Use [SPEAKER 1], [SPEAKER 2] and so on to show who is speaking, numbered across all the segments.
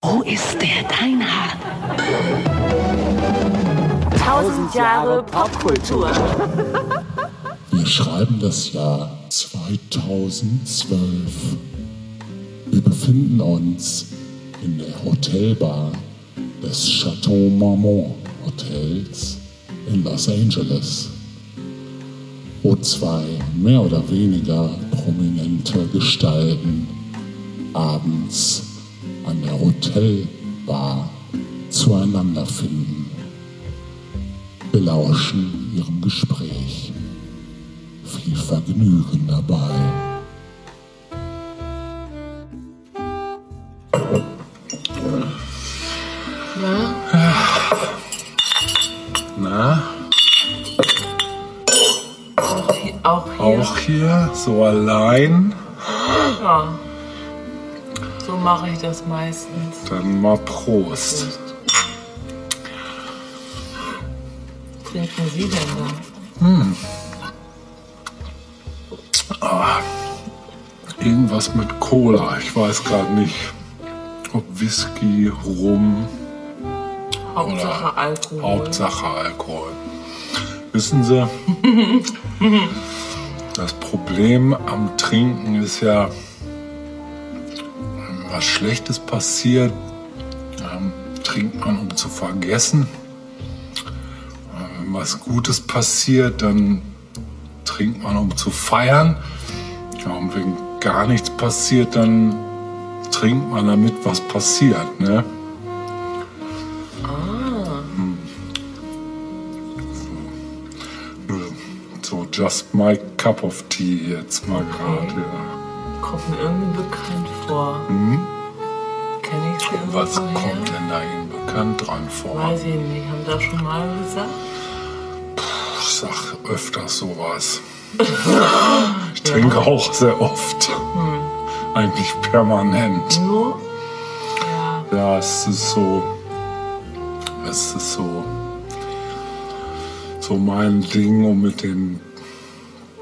[SPEAKER 1] Wo ist der Deiner?
[SPEAKER 2] Tausend Jahre Popkultur.
[SPEAKER 3] Wir schreiben das Jahr 2012. Wir befinden uns in der Hotelbar des Chateau Marmont Hotels in Los Angeles, wo zwei mehr oder weniger prominente Gestalten abends an der Hotelbar zueinander finden. Belauschen ihrem Gespräch. Viel Vergnügen dabei.
[SPEAKER 4] Na,
[SPEAKER 2] Auch hier.
[SPEAKER 4] auch hier, so allein.
[SPEAKER 2] Ja. So mache ich das meistens.
[SPEAKER 4] Dann mal Prost.
[SPEAKER 2] Was Trinken Sie denn da?
[SPEAKER 4] Irgendwas mit Cola, ich weiß gerade nicht. Ob Whisky, Rum,
[SPEAKER 2] Hauptsache
[SPEAKER 4] Oder
[SPEAKER 2] Alkohol.
[SPEAKER 4] Hauptsache Alkohol. Wissen Sie, das Problem am Trinken ist ja, wenn was Schlechtes passiert, ähm, trinkt man, um zu vergessen. Äh, Wenn was Gutes passiert, dann trinkt man, um zu feiern. Ja, und wenn gar nichts passiert, dann trinkt man, damit was passiert. Ne? So, just my cup of tea jetzt mal gerade. Ja.
[SPEAKER 2] Kommt mir irgendwie bekannt vor. Kenn ich Sie irgendwo
[SPEAKER 4] Mhm. Was
[SPEAKER 2] her?
[SPEAKER 4] kommt denn da Ihnen bekannt dran vor?
[SPEAKER 2] Weiß ich nicht. Haben Sie das schon mal gesagt?
[SPEAKER 4] Ich sag öfters sowas. Ich trinke auch sehr oft. Eigentlich permanent.
[SPEAKER 2] Nur? Ja.
[SPEAKER 4] Ja, es ist so. Es ist so. So mein Ding, um mit den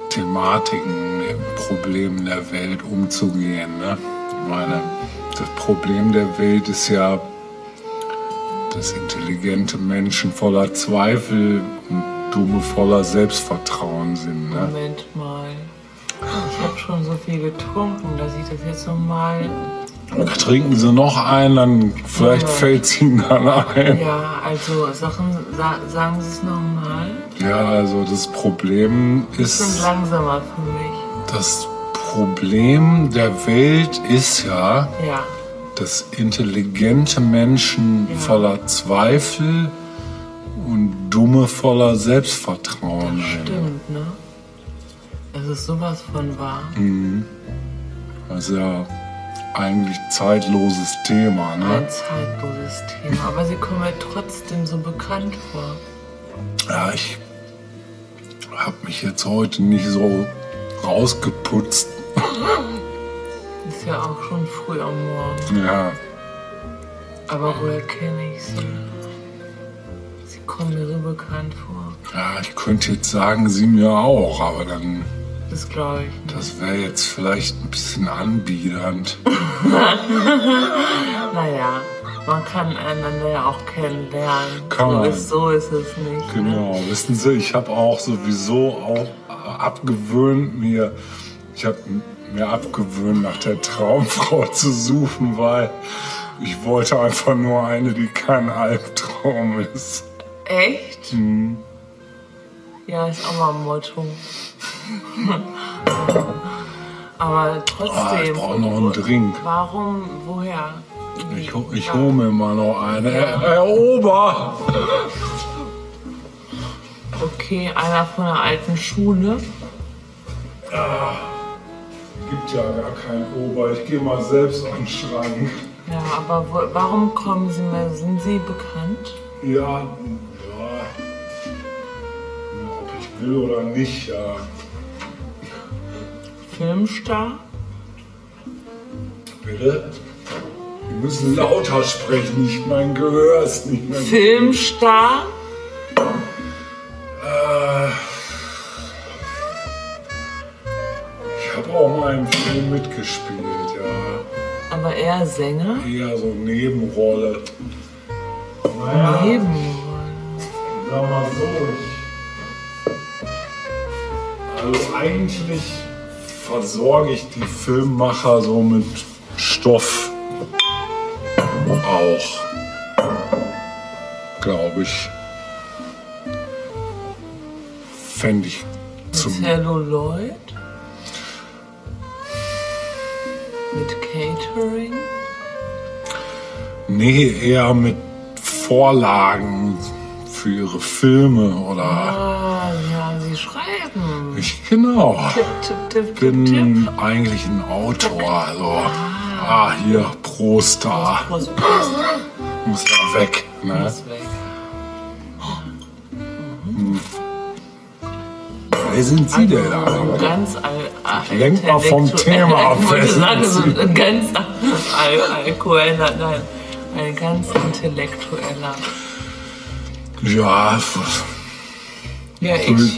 [SPEAKER 4] Thematiken, den Problemen der Welt umzugehen. Ne? Ich meine, das Problem der Welt ist ja, dass intelligente Menschen voller Zweifel und dumme voller Selbstvertrauen sind. Ne?
[SPEAKER 2] Moment mal. Ich habe schon so viel getrunken, dass ich das jetzt nochmal.
[SPEAKER 4] Trinken sie noch einen, dann vielleicht fällt es ihnen dann ein.
[SPEAKER 2] Ja, also Sachen, sa sagen Sie es nochmal.
[SPEAKER 4] Ja, also das Problem
[SPEAKER 2] Bisschen
[SPEAKER 4] ist,
[SPEAKER 2] langsamer für mich.
[SPEAKER 4] das Problem der Welt ist ja,
[SPEAKER 2] Ja.
[SPEAKER 4] dass intelligente Menschen voller Zweifel und dumme voller Selbstvertrauen sind.
[SPEAKER 2] Stimmt, ne? Es ist sowas von wahr.
[SPEAKER 4] Das ist Also ja eigentlich zeitloses Thema, ne?
[SPEAKER 2] Ein zeitloses Thema. Aber sie kommen mir trotzdem so bekannt vor.
[SPEAKER 4] Ja, ich habe mich jetzt heute nicht so rausgeputzt.
[SPEAKER 2] Ist ja auch schon früh am Morgen.
[SPEAKER 4] Ja,
[SPEAKER 2] Aber woher kenne ich sie? Sie kommen mir so bekannt vor.
[SPEAKER 4] ja ich könnte jetzt sagen, sie mir auch, aber dann
[SPEAKER 2] Das glaube ich nicht.
[SPEAKER 4] Das wäre jetzt vielleicht ein bisschen anbiedernd.
[SPEAKER 2] Naja, man kann einander ja auch kennenlernen.
[SPEAKER 4] Kann
[SPEAKER 2] so,
[SPEAKER 4] man.
[SPEAKER 2] ist, so ist es nicht. Ne?
[SPEAKER 4] Genau, wissen Sie, ich habe auch sowieso auch abgewöhnt mir, ich habe mir abgewöhnt, nach der Traumfrau zu suchen, weil ich wollte einfach nur eine, die kein Albtraum ist.
[SPEAKER 2] Echt?
[SPEAKER 4] Mhm.
[SPEAKER 2] Ja, ist auch mal ein Motto. Aber
[SPEAKER 4] Ah, ich
[SPEAKER 2] trotzdem.
[SPEAKER 4] brauche noch einen Drink.
[SPEAKER 2] Warum, woher?
[SPEAKER 4] Ich, ho- ich hole mir mal noch eine. Herr, Herr Ober!
[SPEAKER 2] Okay, einer von der alten Schule.
[SPEAKER 4] Gibt ja gar keinen Ober, ich gehe mal selbst an den Schrank.
[SPEAKER 2] Ja, aber wo, warum kommen Sie mir? Sind Sie bekannt?
[SPEAKER 4] Ja, ja. Ob ich will oder nicht, ja.
[SPEAKER 2] Filmstar?
[SPEAKER 4] Bitte? Wir müssen lauter sprechen, ich mein Gehör ist nicht mehr.
[SPEAKER 2] Filmstar?
[SPEAKER 4] Ich habe auch mal im Film mitgespielt, ja.
[SPEAKER 2] Aber eher Sänger?
[SPEAKER 4] Eher so Nebenrolle.
[SPEAKER 5] Naja, ich
[SPEAKER 2] Nebenrolle.
[SPEAKER 5] sag mal so. Ich,
[SPEAKER 4] Also eigentlich versorge ich die Filmmacher so mit Stoff auch, glaube ich. Fände ich zum
[SPEAKER 2] Mit Hello Lloyd? Mit Catering?
[SPEAKER 4] Nee, eher mit Vorlagen für ihre Filme oder
[SPEAKER 2] Ah, ja, sie schreiben.
[SPEAKER 4] ich genau.
[SPEAKER 2] Tipp, tipp, tipp, tipp, tipp.
[SPEAKER 4] bin eigentlich ein Autor, also ah hier Prost da,
[SPEAKER 2] Prost, Prost.
[SPEAKER 4] muss da weg, ne?
[SPEAKER 2] Ist weg.
[SPEAKER 4] Wer sind Sie denn eigentlich?
[SPEAKER 2] Ganz all, all
[SPEAKER 4] Lenk mal vom
[SPEAKER 2] intellektuell-
[SPEAKER 4] Thema ab,
[SPEAKER 2] Ich
[SPEAKER 4] wer
[SPEAKER 2] wollte
[SPEAKER 4] sind
[SPEAKER 2] sagen, so
[SPEAKER 4] Sie?
[SPEAKER 2] ein ganz all, alkoholer, nein, ein ganz intellektueller.
[SPEAKER 4] Ja, also,
[SPEAKER 2] Ja, ich.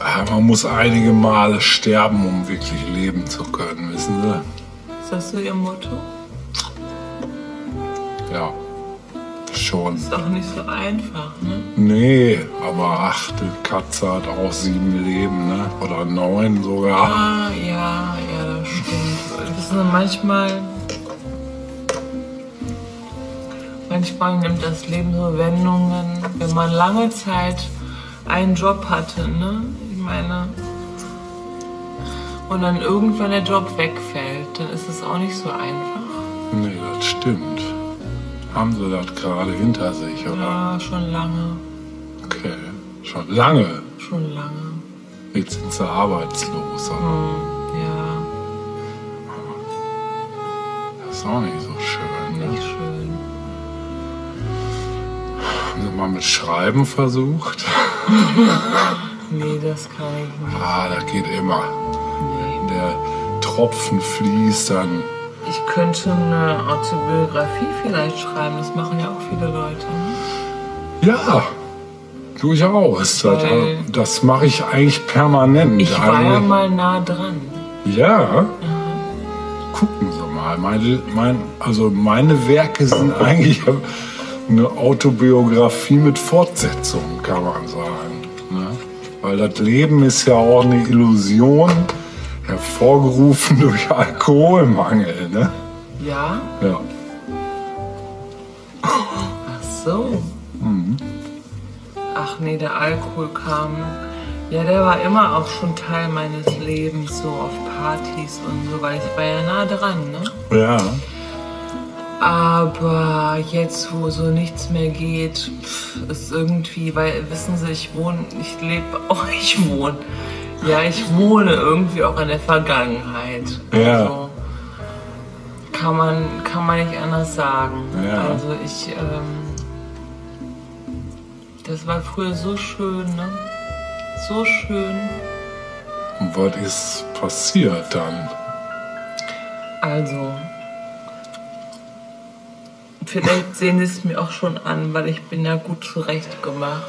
[SPEAKER 4] ja, man muss einige Male sterben, um wirklich leben zu können, wissen Sie?
[SPEAKER 2] Ist das so Ihr Motto?
[SPEAKER 4] Ja, schon.
[SPEAKER 2] Ist auch nicht so einfach, ne?
[SPEAKER 4] Nee, aber ach, die Katze hat auch sieben Leben, ne? Oder neun sogar.
[SPEAKER 2] Ah, ja, ja, das stimmt. Wissen Sie, manchmal. Manchmal nimmt das Leben so Wendungen, wenn man lange Zeit einen Job hatte, ne? Ich meine. Und dann irgendwann der Job wegfällt, dann ist es auch nicht so einfach.
[SPEAKER 4] Nee, das stimmt. Haben sie das gerade hinter sich, oder?
[SPEAKER 2] Ja, schon lange,
[SPEAKER 4] Okay. Schon lange.
[SPEAKER 2] schon lange. Hm,
[SPEAKER 4] Jetzt sind sie arbeitslos, oder?
[SPEAKER 2] Ja,
[SPEAKER 4] Das ist auch nicht so schön, ne?
[SPEAKER 2] nicht schön.
[SPEAKER 4] Haben sie mal mit Schreiben versucht?
[SPEAKER 2] Nee, das kann ich nicht.
[SPEAKER 4] Ah, das geht immer.
[SPEAKER 2] Nee.
[SPEAKER 4] Wenn der Tropfen fließt, dann.
[SPEAKER 2] Ich könnte eine Autobiografie vielleicht schreiben, das machen ja auch viele Leute. ne?
[SPEAKER 4] Ja! Durchaus. Das,
[SPEAKER 2] Weil-
[SPEAKER 4] das mache ich eigentlich permanent.
[SPEAKER 2] Ich war ja
[SPEAKER 4] Also-
[SPEAKER 2] mal nah dran.
[SPEAKER 4] Ja. Gucken Sie mal. Meine, mein, also meine Werke sind eigentlich eine Autobiografie mit Fortsetzung, kann man sagen. Ne? Weil das Leben ist ja auch eine Illusion, hervorgerufen durch Alkoholmangel. Ne?
[SPEAKER 2] Ja?
[SPEAKER 4] Ja.
[SPEAKER 2] Ach so. Ach nee, der Alkohol kam. Ja, der war immer auch schon Teil meines Lebens, so auf Partys und so, weil ich war ja nah dran, ne?
[SPEAKER 4] Ja.
[SPEAKER 2] Aber jetzt, wo so nichts mehr geht, pff, ist irgendwie, weil wissen Sie, ich wohne, ich lebe, auch ich wohne. Ja, ich wohne irgendwie auch in der Vergangenheit.
[SPEAKER 4] Ja.
[SPEAKER 2] Also, kann man, kann man nicht anders sagen.
[SPEAKER 4] Ja.
[SPEAKER 2] Also ich, ähm, das war früher so schön, ne? So schön.
[SPEAKER 4] Und was ist passiert dann?
[SPEAKER 2] Also, vielleicht sehen sie es mir auch schon an, weil ich bin ja gut zurechtgemacht.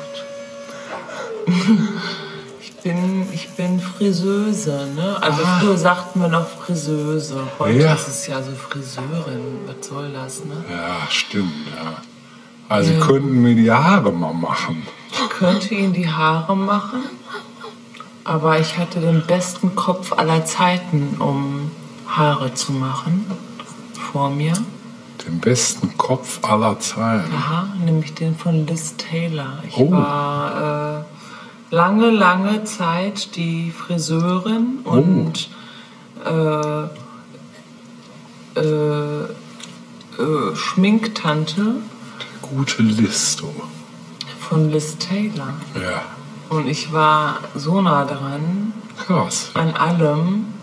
[SPEAKER 2] ich, bin, ich bin Friseuse, ne? Also früher sagten wir noch Friseuse. Heute
[SPEAKER 4] Ja.
[SPEAKER 2] ist es ja so Friseurin. Was soll das, ne?
[SPEAKER 4] Ja, stimmt, ja. Also Sie könnten mir die Haare mal machen.
[SPEAKER 2] Ich könnte ihnen die Haare machen, aber ich hatte den besten Kopf aller Zeiten, um Haare zu machen. Vor mir.
[SPEAKER 4] Den besten Kopf aller Zeiten.
[SPEAKER 2] Aha, nämlich den von Liz Taylor. Ich
[SPEAKER 4] Oh.
[SPEAKER 2] war äh, lange, lange Zeit die Friseurin
[SPEAKER 4] Oh.
[SPEAKER 2] und äh, äh, äh, Schminktante
[SPEAKER 4] Gute Liste.
[SPEAKER 2] von Liz Taylor.
[SPEAKER 4] Ja,
[SPEAKER 2] Und ich war so nah dran
[SPEAKER 4] krass.
[SPEAKER 2] an allem,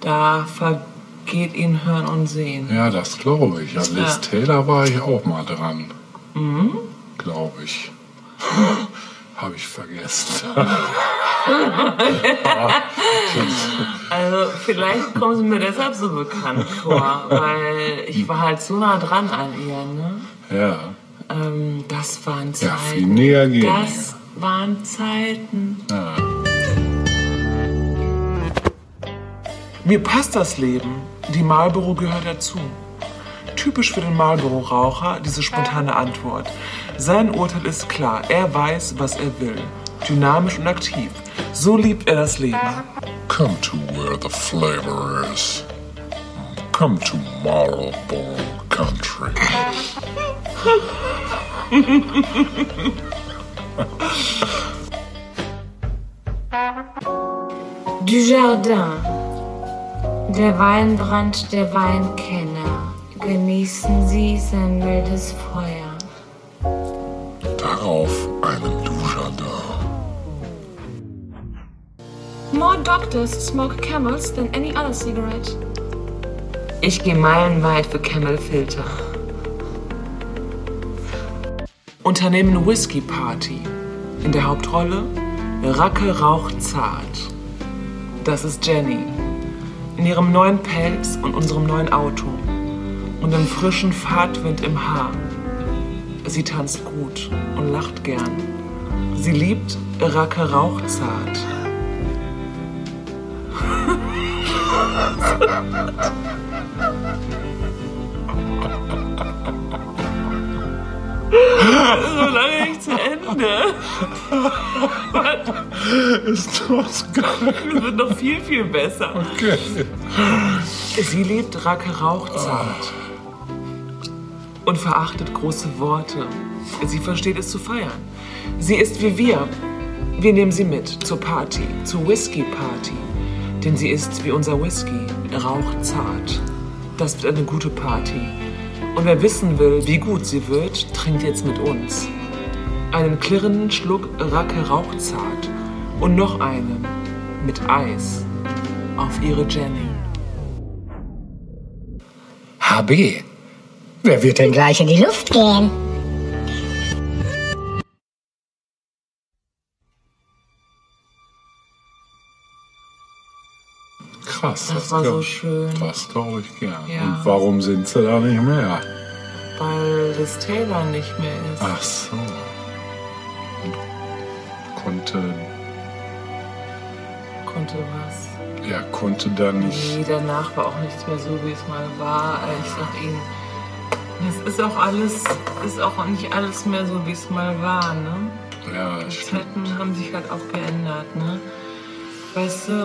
[SPEAKER 2] da vergeht ihnen Hören und Sehen.
[SPEAKER 4] Ja, das glaube ich. An Liz
[SPEAKER 2] Ja. Mhm.
[SPEAKER 4] Taylor war ich auch mal dran. Glaube ich. Habe ich vergessen.
[SPEAKER 2] Also vielleicht kommen sie mir deshalb so bekannt vor, weil ich war halt so nah dran an ihr. Ne?
[SPEAKER 4] ja,
[SPEAKER 2] Ähm, das waren
[SPEAKER 4] ja, viel
[SPEAKER 2] Zeiten.
[SPEAKER 4] näher gehen.
[SPEAKER 2] das waren Zeiten.
[SPEAKER 4] Ja.
[SPEAKER 2] Mir passt das Leben. Die Marlboro gehört dazu. Typisch für den Marlboro-Raucher diese spontane Antwort. Sein Urteil ist klar. Er weiß, was er will. Dynamisch und aktiv. So liebt er das Leben.
[SPEAKER 4] Come to where the flavor is. Come to Marlboro Country.
[SPEAKER 6] Dujardin. Der Weinbrand der Weinkenner. Genießen Sie sein mildes Feuer.
[SPEAKER 4] Darauf einen Dujardin.
[SPEAKER 7] More doctors smoke camels than any other cigarette.
[SPEAKER 2] Ich gehe meilenweit für Camel Filter. Unternehmen eine Whisky Party. In der Hauptrolle Racke raucht zart. Das ist Jenny. In ihrem neuen Pelz und unserem neuen Auto. Und im frischen Fahrtwind im Haar. Sie tanzt gut und lacht gern. Sie liebt Racke raucht zart. Solange nicht zu Ende.
[SPEAKER 4] Ist das geil?
[SPEAKER 2] Das wird noch viel, viel besser.
[SPEAKER 4] Okay.
[SPEAKER 2] Sie lebt Racke rauchzart und verachtet große Worte. Sie versteht es zu feiern. Sie ist wie wir. Wir nehmen sie mit zur Party, zur Whisky-Party. Denn sie ist wie unser Whisky, rauchzart. Das wird eine gute Party. Und wer wissen will, wie gut sie wird, trinkt jetzt mit uns. Einen klirrenden Schluck Racke rauchzart und noch einen mit Eis auf ihre Jenny.
[SPEAKER 8] HB. Wer wird denn gleich in die Luft gehen?
[SPEAKER 4] Krass.
[SPEAKER 2] Das war so
[SPEAKER 4] glaub-
[SPEAKER 2] schön.
[SPEAKER 4] Das glaube ich gern.
[SPEAKER 2] Ja.
[SPEAKER 4] Und warum sind sie da nicht mehr?
[SPEAKER 2] Weil das Taylor nicht mehr ist.
[SPEAKER 4] Ach so. Konnte,
[SPEAKER 2] Konnte was.
[SPEAKER 4] ja, konnte da nicht.
[SPEAKER 2] Nee, danach war auch nichts mehr so, wie es mal war. Ich sag Ihnen, das ist auch alles, ist auch nicht alles mehr so, wie es mal war, ne?
[SPEAKER 4] Ja,
[SPEAKER 2] Die
[SPEAKER 4] stimmt.
[SPEAKER 2] Zeiten haben sich halt auch geändert, ne? Weißt du,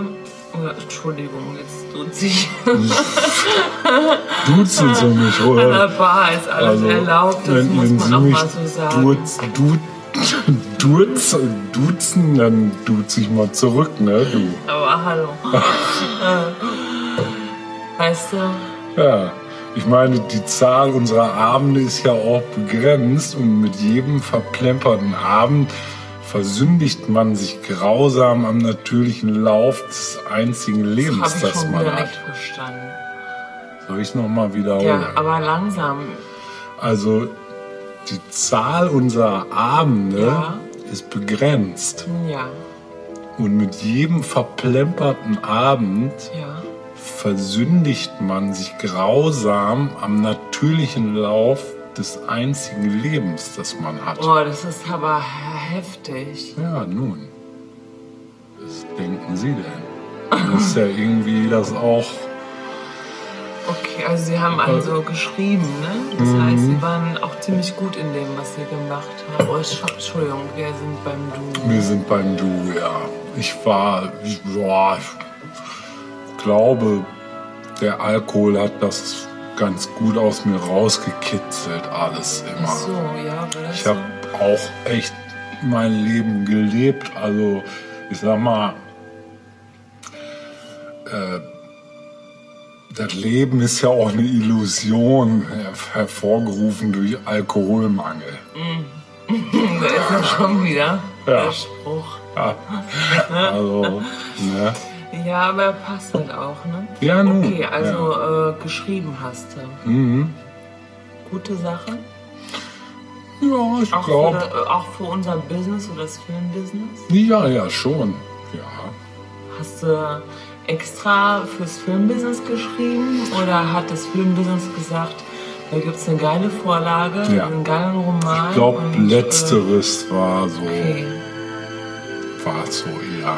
[SPEAKER 2] oder, Entschuldigung, jetzt tut sich
[SPEAKER 4] Duzen sie mich,
[SPEAKER 2] an der
[SPEAKER 4] oder?
[SPEAKER 2] Bar, ist alles erlaubt, das
[SPEAKER 4] Also, wenn,
[SPEAKER 2] muss
[SPEAKER 4] wenn
[SPEAKER 2] man
[SPEAKER 4] sie
[SPEAKER 2] auch
[SPEAKER 4] mich
[SPEAKER 2] mal so sagen.
[SPEAKER 4] Duz, du, duz, duzen, dann duze ich mal zurück, ne? Du.
[SPEAKER 2] Aber hallo. Äh, weißt du,
[SPEAKER 4] Ja. Ich meine, die Zahl unserer Abende ist ja auch begrenzt und mit jedem verplemperten Abend versündigt man sich grausam am natürlichen Lauf des einzigen Lebens,
[SPEAKER 2] das
[SPEAKER 4] das,
[SPEAKER 2] habe ich schon
[SPEAKER 4] man
[SPEAKER 2] wieder
[SPEAKER 4] hat.
[SPEAKER 2] nicht verstanden.
[SPEAKER 4] Soll ich nochmal wiederholen?
[SPEAKER 2] Ja, aber langsam.
[SPEAKER 4] Also die Zahl unserer Abende
[SPEAKER 2] Ja.
[SPEAKER 4] ist begrenzt.
[SPEAKER 2] Ja,
[SPEAKER 4] Und mit jedem verplemperten Abend
[SPEAKER 2] ja.
[SPEAKER 4] versündigt man sich grausam am natürlichen Lauf des einzigen Lebens, das man hat.
[SPEAKER 2] Boah, Oh, das ist aber heftig.
[SPEAKER 4] Ja, nun. Was denken Sie denn? Muss ja irgendwie das auch.
[SPEAKER 2] Okay, also sie haben also geschrieben, ne? Das
[SPEAKER 4] Mhm.
[SPEAKER 2] heißt, sie waren auch ziemlich gut in dem, was sie gemacht haben. Oh, ich hab- Entschuldigung, wir sind beim Du.
[SPEAKER 4] Wir sind beim Du, ja. Ich war. Ich, boah, ich glaube, der Alkohol hat das ganz gut aus mir rausgekitzelt, alles immer.
[SPEAKER 2] Ach so, ja, würdest
[SPEAKER 4] Ich
[SPEAKER 2] du?
[SPEAKER 4] habe auch echt mein Leben gelebt. Also, ich sag mal, äh, das Leben ist ja auch eine Illusion, her- hervorgerufen durch Alkoholmangel.
[SPEAKER 2] Da ist er schon wieder.
[SPEAKER 4] Ja.
[SPEAKER 2] Der Spruch.
[SPEAKER 4] Ja. Also, ne?
[SPEAKER 2] Ja, aber er passt halt auch, ne?
[SPEAKER 4] Ja, nun.
[SPEAKER 2] Okay, also äh, geschrieben hast du.
[SPEAKER 4] Ja, mhm.
[SPEAKER 2] Gute Sache.
[SPEAKER 4] ja ich
[SPEAKER 2] Auch,
[SPEAKER 4] glaube.
[SPEAKER 2] für, äh, auch für unser Business oder das Filmbusiness.
[SPEAKER 4] Ja, ja, schon. Ja.
[SPEAKER 2] Hast du extra fürs Filmbusiness geschrieben oder hat das Filmbusiness gesagt, da gibt es eine geile Vorlage,
[SPEAKER 4] Ja.
[SPEAKER 2] einen geilen Roman?
[SPEAKER 4] Ich glaube,
[SPEAKER 2] und, äh,
[SPEAKER 4] letzteres war so.
[SPEAKER 2] Okay.
[SPEAKER 4] war so eher.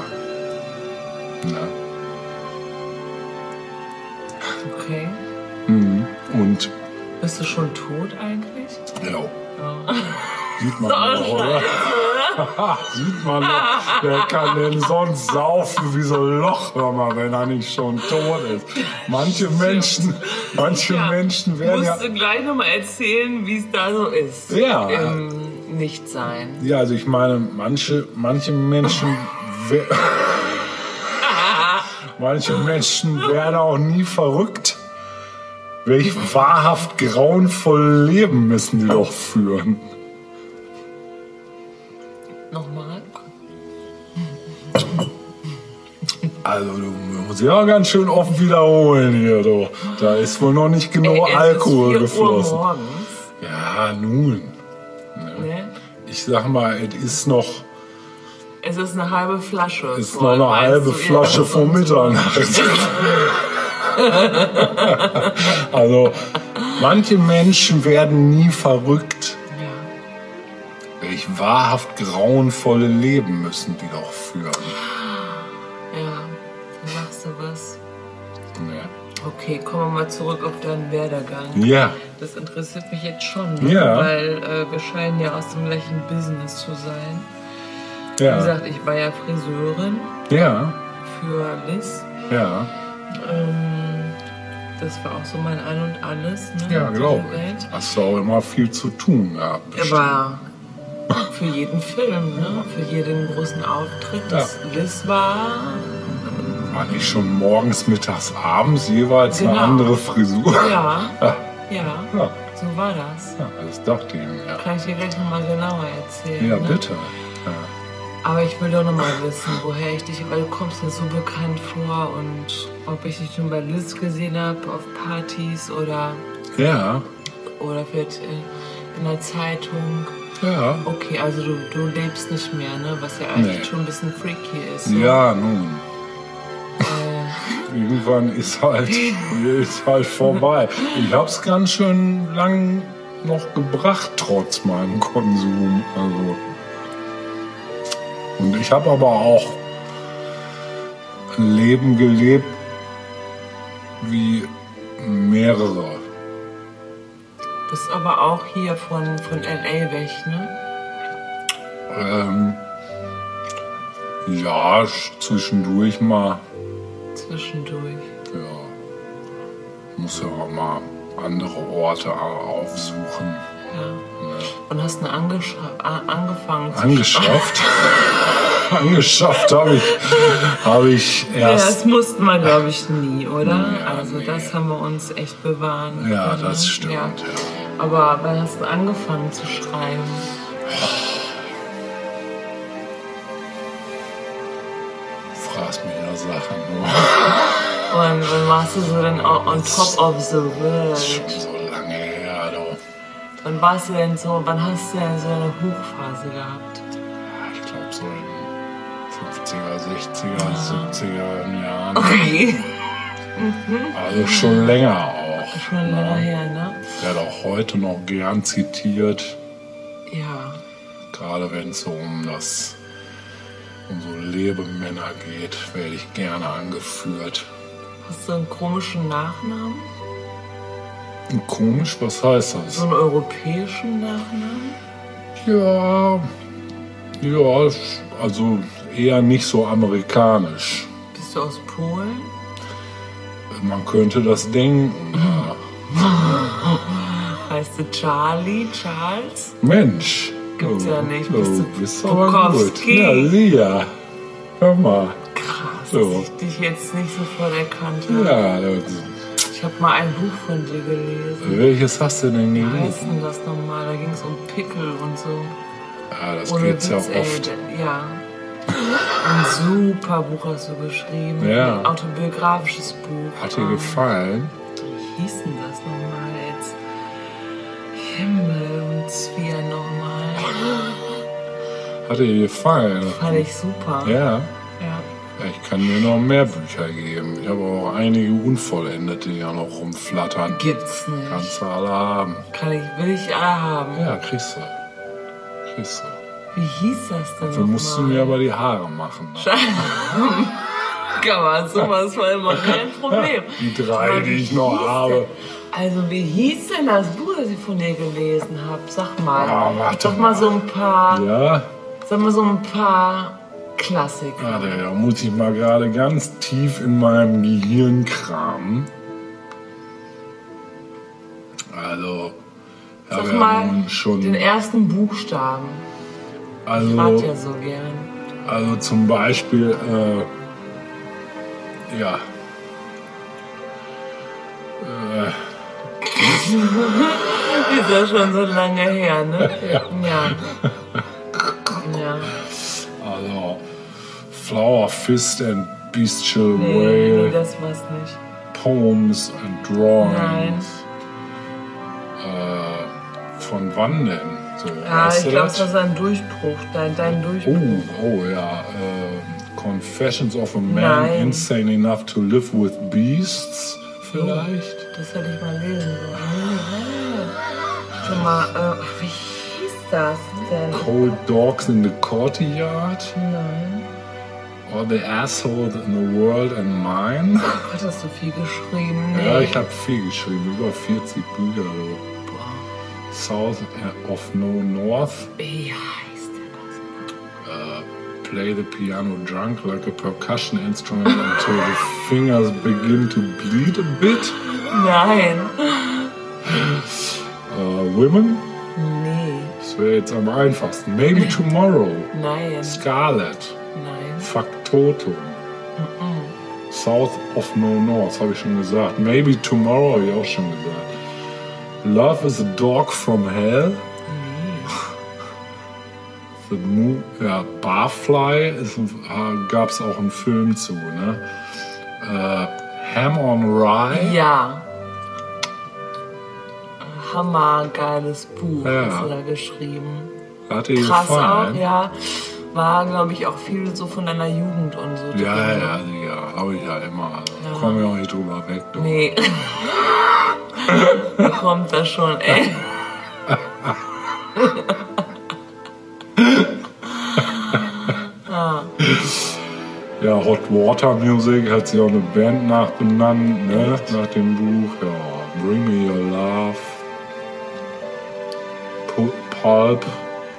[SPEAKER 4] Ne?
[SPEAKER 2] Bist du schon tot eigentlich?
[SPEAKER 4] Ja.
[SPEAKER 2] Oh.
[SPEAKER 4] Sieht man aber, oder? Sieht man doch. Wer kann denn sonst saufen wie so ein Loch, hör mal, wenn er nicht schon tot ist? Manche Menschen, manche Menschen werden ja.
[SPEAKER 2] Musst du gleich nochmal erzählen, wie es da so ist.
[SPEAKER 4] Ja.
[SPEAKER 2] Im Nichtsein.
[SPEAKER 4] Ja, also ich meine, manche, manche Menschen. we- manche Menschen werden auch nie verrückt. Welch wahrhaft grauenvolles Leben müssen die doch führen.
[SPEAKER 2] Nochmal.
[SPEAKER 4] Also, du musst ja ganz schön offen wiederholen hier, du. Da ist wohl noch nicht genau
[SPEAKER 2] Ey, es
[SPEAKER 4] Alkohol
[SPEAKER 2] ist 4
[SPEAKER 4] geflossen.
[SPEAKER 2] Uhr morgens,
[SPEAKER 4] Ja, nun.
[SPEAKER 2] ne?
[SPEAKER 4] Ich sag mal, es ist noch,
[SPEAKER 2] Es ist eine halbe Flasche.
[SPEAKER 4] es ist noch
[SPEAKER 2] voll,
[SPEAKER 4] eine
[SPEAKER 2] weißt
[SPEAKER 4] halbe
[SPEAKER 2] du, ja.
[SPEAKER 4] Flasche vor Mitternacht. also, manche Menschen werden nie verrückt.
[SPEAKER 2] Ja.
[SPEAKER 4] Welch wahrhaft grauenvolle Leben müssen die doch führen.
[SPEAKER 2] ja, dann machst du was.
[SPEAKER 4] Ja.
[SPEAKER 2] Okay, kommen wir mal zurück auf deinen Werdegang.
[SPEAKER 4] Ja,
[SPEAKER 2] Das interessiert mich jetzt schon, ne?
[SPEAKER 4] Ja.
[SPEAKER 2] weil äh, wir scheinen ja aus dem gleichen Business zu sein. Wie
[SPEAKER 4] ja,
[SPEAKER 2] gesagt, ich war ja Friseurin
[SPEAKER 4] ja,
[SPEAKER 2] für Liz.
[SPEAKER 4] ja,
[SPEAKER 2] Ähm, das war auch so mein Ein und Alles. Ne?
[SPEAKER 4] ja,
[SPEAKER 2] auf
[SPEAKER 4] glaube
[SPEAKER 2] dieser Welt.
[SPEAKER 4] ich. Hast du auch immer viel zu tun gehabt.
[SPEAKER 2] Er war für jeden Film, ne? für jeden großen Auftritt. Das, das war.
[SPEAKER 4] War nicht schon morgens, mittags, abends jeweils eine
[SPEAKER 2] Genau.
[SPEAKER 4] andere Frisur?
[SPEAKER 2] Ja,
[SPEAKER 4] Ja,
[SPEAKER 2] ja,
[SPEAKER 4] ja,
[SPEAKER 2] so war das.
[SPEAKER 4] ja, das dachte ich mir. Ja,
[SPEAKER 2] Kann ich dir gleich nochmal genauer erzählen.
[SPEAKER 4] ja
[SPEAKER 2] ne?
[SPEAKER 4] bitte.
[SPEAKER 2] Aber ich will doch nochmal wissen, woher ich dich, weil du kommst mir so bekannt vor und ob ich dich schon bei Liz gesehen habe, auf Partys oder,
[SPEAKER 4] Ja,
[SPEAKER 2] oder vielleicht in, in der Zeitung.
[SPEAKER 4] ja,
[SPEAKER 2] Okay, also du, du lebst nicht mehr, ne? Was ja eigentlich
[SPEAKER 4] Nee.
[SPEAKER 2] schon ein bisschen freaky ist. ne?
[SPEAKER 4] ja, nun. Irgendwann ist halt, ist halt vorbei. Ich hab's ganz schön lang noch gebracht, trotz meinem Konsum. Also. Und ich habe aber auch ein Leben gelebt wie mehrere.
[SPEAKER 2] Bist aber auch hier von, von LA weg, ne?
[SPEAKER 4] Ähm, ja, sch- zwischendurch mal.
[SPEAKER 2] Zwischendurch.
[SPEAKER 4] Ja. Muss ja auch mal andere Orte au- aufsuchen.
[SPEAKER 2] Ja. Und hast eine angeschra- a- angefangen zu
[SPEAKER 4] Angeschafft. Angeschafft habe ich, hab ich
[SPEAKER 2] Ja,
[SPEAKER 4] erst.
[SPEAKER 2] das mussten wir, glaube ich, nie, oder?
[SPEAKER 4] Ja,
[SPEAKER 2] also
[SPEAKER 4] nee.
[SPEAKER 2] das haben wir uns echt bewahren
[SPEAKER 4] Ja,
[SPEAKER 2] können, ne?
[SPEAKER 4] das stimmt.
[SPEAKER 2] Ja.
[SPEAKER 4] Ja.
[SPEAKER 2] Aber wann hast du angefangen zu schreiben?
[SPEAKER 4] Fraß mich ja Sachen nur.
[SPEAKER 2] Und wann warst du so denn on on top of
[SPEAKER 4] Das
[SPEAKER 2] the
[SPEAKER 4] ist
[SPEAKER 2] world?
[SPEAKER 4] schon so lange her, du.
[SPEAKER 2] Wann warst du denn so, wann hast du denn so eine Hochphase gehabt?
[SPEAKER 4] Ja, Ich glaube so in 50er, 60er, 70er Jahren.
[SPEAKER 2] Okay.
[SPEAKER 4] Also schon länger auch.
[SPEAKER 2] Schon länger her, ne?
[SPEAKER 4] Werde auch heute noch gern zitiert.
[SPEAKER 2] Ja.
[SPEAKER 4] Gerade wenn es so um das um so Lebemänner geht, werde ich gerne angeführt.
[SPEAKER 2] Hast du einen komischen Nachnamen?
[SPEAKER 4] Und komisch, was heißt
[SPEAKER 2] So
[SPEAKER 4] das?
[SPEAKER 2] einen europäischen Nachnamen?
[SPEAKER 4] Ja, ja, sch- also eher nicht so amerikanisch.
[SPEAKER 2] Bist du aus Polen?
[SPEAKER 4] Man könnte das denken. Ja.
[SPEAKER 2] Heißt du Charlie, Charles?
[SPEAKER 4] Mensch, also,
[SPEAKER 2] Gibt's ja nicht. Bist
[SPEAKER 4] du
[SPEAKER 2] du
[SPEAKER 4] bist aber gut.
[SPEAKER 2] Bukowski?
[SPEAKER 4] Ja, sieh ja. Hör mal.
[SPEAKER 2] Krass,
[SPEAKER 4] So.
[SPEAKER 2] dass ich dich jetzt nicht sofort erkannt habe.
[SPEAKER 4] Ja, das-
[SPEAKER 2] Ich habe mal ein Buch von dir gelesen.
[SPEAKER 4] welches hast du denn
[SPEAKER 2] Wie heißt
[SPEAKER 4] gelesen?
[SPEAKER 2] denn das nochmal? Da ging es um Pickel und so.
[SPEAKER 4] Ja, das
[SPEAKER 2] Ohne
[SPEAKER 4] geht's ja
[SPEAKER 2] Witz, ey,
[SPEAKER 4] oft.
[SPEAKER 2] da- Ja. Ein super Buch hast du geschrieben.
[SPEAKER 4] Ja.
[SPEAKER 2] Ein autobiografisches Buch.
[SPEAKER 4] Hat dir
[SPEAKER 2] Ähm,
[SPEAKER 4] gefallen?
[SPEAKER 2] Wie hieß denn das nochmal jetzt? Himmel und Zwier nochmal.
[SPEAKER 4] Hat dir gefallen?
[SPEAKER 2] Fand ich super.
[SPEAKER 4] Ja.
[SPEAKER 2] ja.
[SPEAKER 4] Ja, Ich kann dir noch mehr Bücher geben. Ich habe auch einige unvollendete, die ja noch rumflattern.
[SPEAKER 2] Gibt's nicht.
[SPEAKER 4] Kannst du alle haben.
[SPEAKER 2] Kann ich, will ich alle haben.
[SPEAKER 4] Ja, kriegst du. Kriegst du.
[SPEAKER 2] Wie hieß das denn
[SPEAKER 4] Dafür musst du
[SPEAKER 2] nochmal?
[SPEAKER 4] mir aber die Haare machen. ne?
[SPEAKER 2] Kann man sowas war immer kein Problem.
[SPEAKER 4] Die drei, die ich noch habe.
[SPEAKER 2] Also, wie hieß denn das Buch, das ich von dir gelesen habe? Sag mal.
[SPEAKER 4] Ah, warte
[SPEAKER 2] Sag mal so ein paar.
[SPEAKER 4] Ja,
[SPEAKER 2] Sag mal so ein paar Klassiker.
[SPEAKER 4] warte, da muss ich mal gerade ganz tief in meinem Gehirn kramen. Also, ich
[SPEAKER 2] Sag
[SPEAKER 4] habe ja
[SPEAKER 2] mal
[SPEAKER 4] nun schon.
[SPEAKER 2] den ersten Buchstaben. Ich
[SPEAKER 4] also,
[SPEAKER 2] rate ja so gern.
[SPEAKER 4] Also zum Beispiel, äh, ja. Äh,
[SPEAKER 2] Ist ja schon so lange her, ne? Ja. Ja.
[SPEAKER 4] also, Flower Fist and Bestial
[SPEAKER 2] Nee, nee,
[SPEAKER 4] Whale,
[SPEAKER 2] das war's nicht.
[SPEAKER 4] Poems and Drawings. Äh, von wann denn? So,
[SPEAKER 2] Ja,
[SPEAKER 4] weißt
[SPEAKER 2] ich
[SPEAKER 4] du
[SPEAKER 2] glaube,
[SPEAKER 4] das?
[SPEAKER 2] das war ein Durchbruch. Dein, dein Durchbruch.
[SPEAKER 4] Oh, oh ja. ähm, Confessions of a Man
[SPEAKER 2] Nein.
[SPEAKER 4] Insane Enough to Live with Beasts vielleicht?
[SPEAKER 2] Das hätte ich mal lesen sollen. Schon mal, äh, ach, wie hieß das denn?
[SPEAKER 4] Cold Dogs in the Courtyard?
[SPEAKER 2] Nein.
[SPEAKER 4] Or the Asshole in the World and Mine?
[SPEAKER 2] Oh Gott, hast du viel geschrieben. ne? Nee.
[SPEAKER 4] Ja, ich habe viel geschrieben, über 40 Bücher. Also. South äh, of No North,
[SPEAKER 2] Wie heißt denn das?
[SPEAKER 4] play the piano drunk like a percussion instrument until the fingers begin to bleed a bit.
[SPEAKER 2] Nein.
[SPEAKER 4] Uh, women?
[SPEAKER 2] Nee.
[SPEAKER 4] Das wäre jetzt am einfachsten. Maybe Tomorrow.
[SPEAKER 2] Nein.
[SPEAKER 4] Scarlet.
[SPEAKER 2] Nein.
[SPEAKER 4] Factotum. South of No North, habe ich schon gesagt. Maybe Tomorrow, habe ich auch schon gesagt. Love is a Dog from Hell. The Mo ja, Barfly gab es auch einen Film zu. Ne? Äh, Ham on Rye.
[SPEAKER 2] Ja. Hammergeiles Buch
[SPEAKER 4] Ja.
[SPEAKER 2] hast du da geschrieben.
[SPEAKER 4] Hat dir
[SPEAKER 2] Krass auch,
[SPEAKER 4] gefallen?
[SPEAKER 2] ja. War, glaube ich, auch viel so von deiner Jugend und so. drin.
[SPEAKER 4] ja, ja, Digga, habe ich ja immer.
[SPEAKER 2] Ja.
[SPEAKER 4] Komme ich auch nicht drüber weg. Du.
[SPEAKER 2] Nee. Wie kommt das schon, ey?
[SPEAKER 4] Ja, Hot Water Music hat sich auch eine Band nachbenannt, ne? Nach dem Buch. Ja, Bring Me Your Love. Pu- Pulp.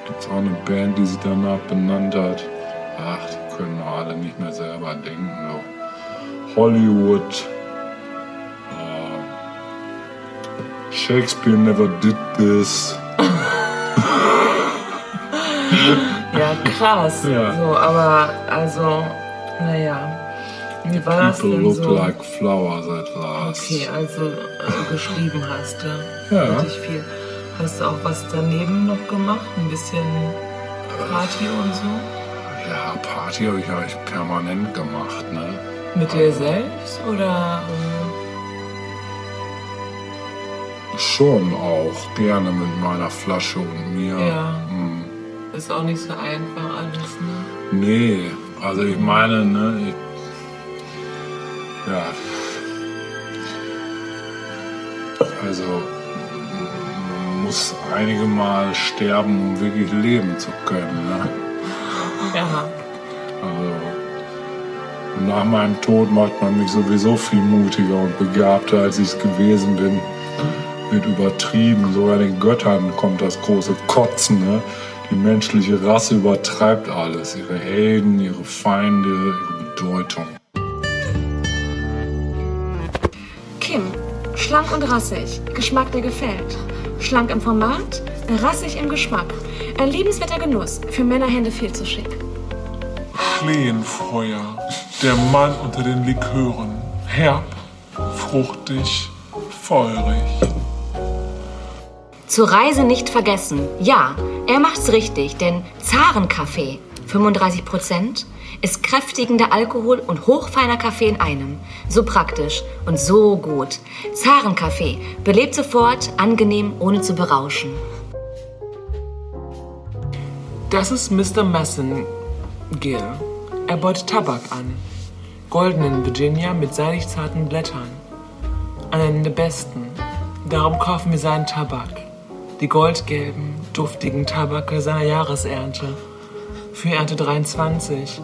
[SPEAKER 4] Gibt's auch eine Band, die sich danach benannt hat. Ach, die können doch alle nicht mehr selber denken. So. Hollywood. Äh, Shakespeare never did this.
[SPEAKER 2] Ja, krass.
[SPEAKER 4] Ja.
[SPEAKER 2] So, aber also, naja. Wie war das
[SPEAKER 4] People
[SPEAKER 2] denn
[SPEAKER 4] look
[SPEAKER 2] so?
[SPEAKER 4] like flowers at last.
[SPEAKER 2] Okay, also äh, geschrieben hast du.
[SPEAKER 4] Ja.
[SPEAKER 2] Richtig viel. Hast du auch was daneben noch gemacht? Ein bisschen Party und so?
[SPEAKER 4] Ja, Party habe ich eigentlich permanent gemacht, ne?
[SPEAKER 2] Mit dir selbst oder? äh,
[SPEAKER 4] Schon auch gerne mit meiner Flasche und mir.
[SPEAKER 2] Ja.
[SPEAKER 4] Hm.
[SPEAKER 2] Ist auch nicht so einfach alles, ne?
[SPEAKER 4] Nee, also ich meine, ne, ich, ja. Also man muss einige Mal sterben, um wirklich leben zu können. Ne?
[SPEAKER 2] Ja.
[SPEAKER 4] Also nach meinem Tod macht man mich sowieso viel mutiger und begabter, als ich es gewesen bin. Wird übertrieben, sogar den Göttern kommt das große Kotzen. Ne? Die menschliche Rasse übertreibt alles, ihre Helden, ihre Feinde, ihre Bedeutung.
[SPEAKER 7] Kim, schlank und rassig, Geschmack, der gefällt. Schlank im Format, rassig im Geschmack. Ein liebenswerter Genuss, für Männerhände viel zu schick.
[SPEAKER 9] Fleenfeuer, der Mann unter den Likören. Herb, fruchtig, feurig.
[SPEAKER 10] Zur Reise nicht vergessen. Ja, er macht's richtig, denn Zarenkaffee, 35%, ist kräftigender Alkohol und hochfeiner Kaffee in einem. So praktisch und so gut. Zarenkaffee belebt sofort, angenehm, ohne zu berauschen.
[SPEAKER 11] Das ist Mr. Messengill. Er beut Tabak an. Goldenen Virginia mit seidig zarten Blättern. Einen der besten. Darum kaufen wir seinen Tabak. Die goldgelben, duftigen Tabake seiner Jahresernte. Für Ernte 23.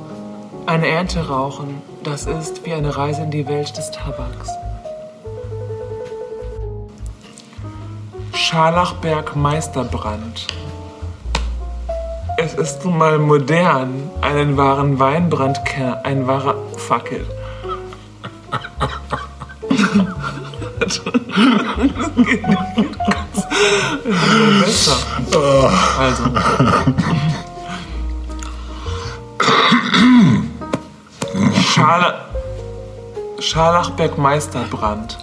[SPEAKER 11] Eine Ernte rauchen, das ist wie eine Reise in die Welt des Tabaks.
[SPEAKER 2] Scharlachberg Meisterbrand. Es ist nun mal modern, einen wahren Weinbrand kennen, ein wahrer Fackel. Besser. Also. Scharla Scharlachberg Meisterbrand.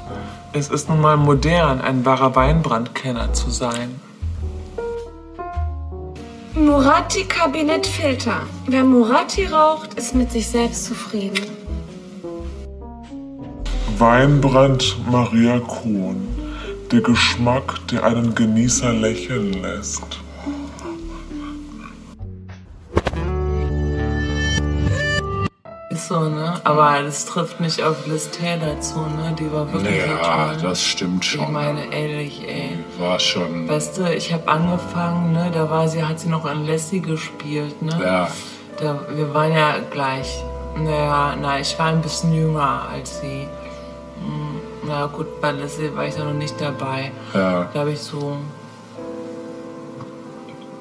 [SPEAKER 2] Es ist nun mal modern, ein wahrer Weinbrandkenner zu sein.
[SPEAKER 7] Murati Kabinett Filter. Wer Murati raucht, ist mit sich selbst zufrieden.
[SPEAKER 12] Weinbrand Maria Kuhn. Der Geschmack, der einen Genießer lächeln lässt.
[SPEAKER 2] Ist so, ne? Aber das trifft nicht auf Liz Taylor zu, ne? Die war wirklich
[SPEAKER 4] Ja,
[SPEAKER 2] so toll.
[SPEAKER 4] das stimmt
[SPEAKER 2] Ich
[SPEAKER 4] schon. ne?
[SPEAKER 2] meine, ehrlich, ey.
[SPEAKER 4] War schon.
[SPEAKER 2] Weißt du, ich habe angefangen, ne? Da war sie, hat sie noch an Lassie gespielt, ne?
[SPEAKER 4] Ja.
[SPEAKER 2] Da, wir waren ja gleich. Naja, na, ich war ein bisschen jünger als sie. Hm, Na gut, bei Lassie war ich da noch nicht dabei.
[SPEAKER 4] Ja.
[SPEAKER 2] Da habe ich so.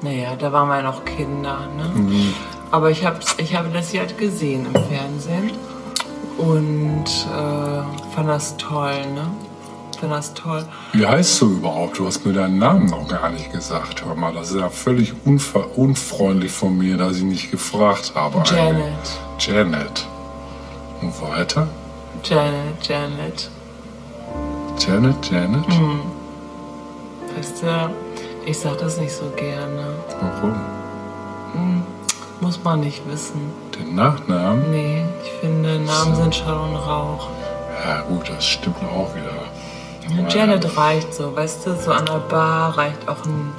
[SPEAKER 2] Naja, da waren wir noch Kinder, ne?
[SPEAKER 4] Mhm.
[SPEAKER 2] Aber ich habe ich hab Lassie halt gesehen im Fernsehen und äh, fand das toll, ne? Fand das toll.
[SPEAKER 4] Wie heißt du überhaupt? Du hast mir deinen Namen noch gar nicht gesagt. Hör mal, das ist ja völlig unver unfreundlich von mir, dass ich nicht gefragt habe.
[SPEAKER 2] Janet.
[SPEAKER 4] eigentlich. Janet. Und weiter?
[SPEAKER 2] Janet, Janet.
[SPEAKER 4] Janet, Janet?
[SPEAKER 2] Mhm. Weißt du, ich sag das nicht so gerne.
[SPEAKER 4] Warum?
[SPEAKER 2] Hm, Muss man nicht wissen.
[SPEAKER 4] Den Nachnamen?
[SPEAKER 2] Nee, ich finde, Namen sind Schall und Rauch.
[SPEAKER 4] Ja gut, Oh, das stimmt auch wieder. Ja.
[SPEAKER 2] Janet reicht so, weißt du, so an der Bar reicht auch ein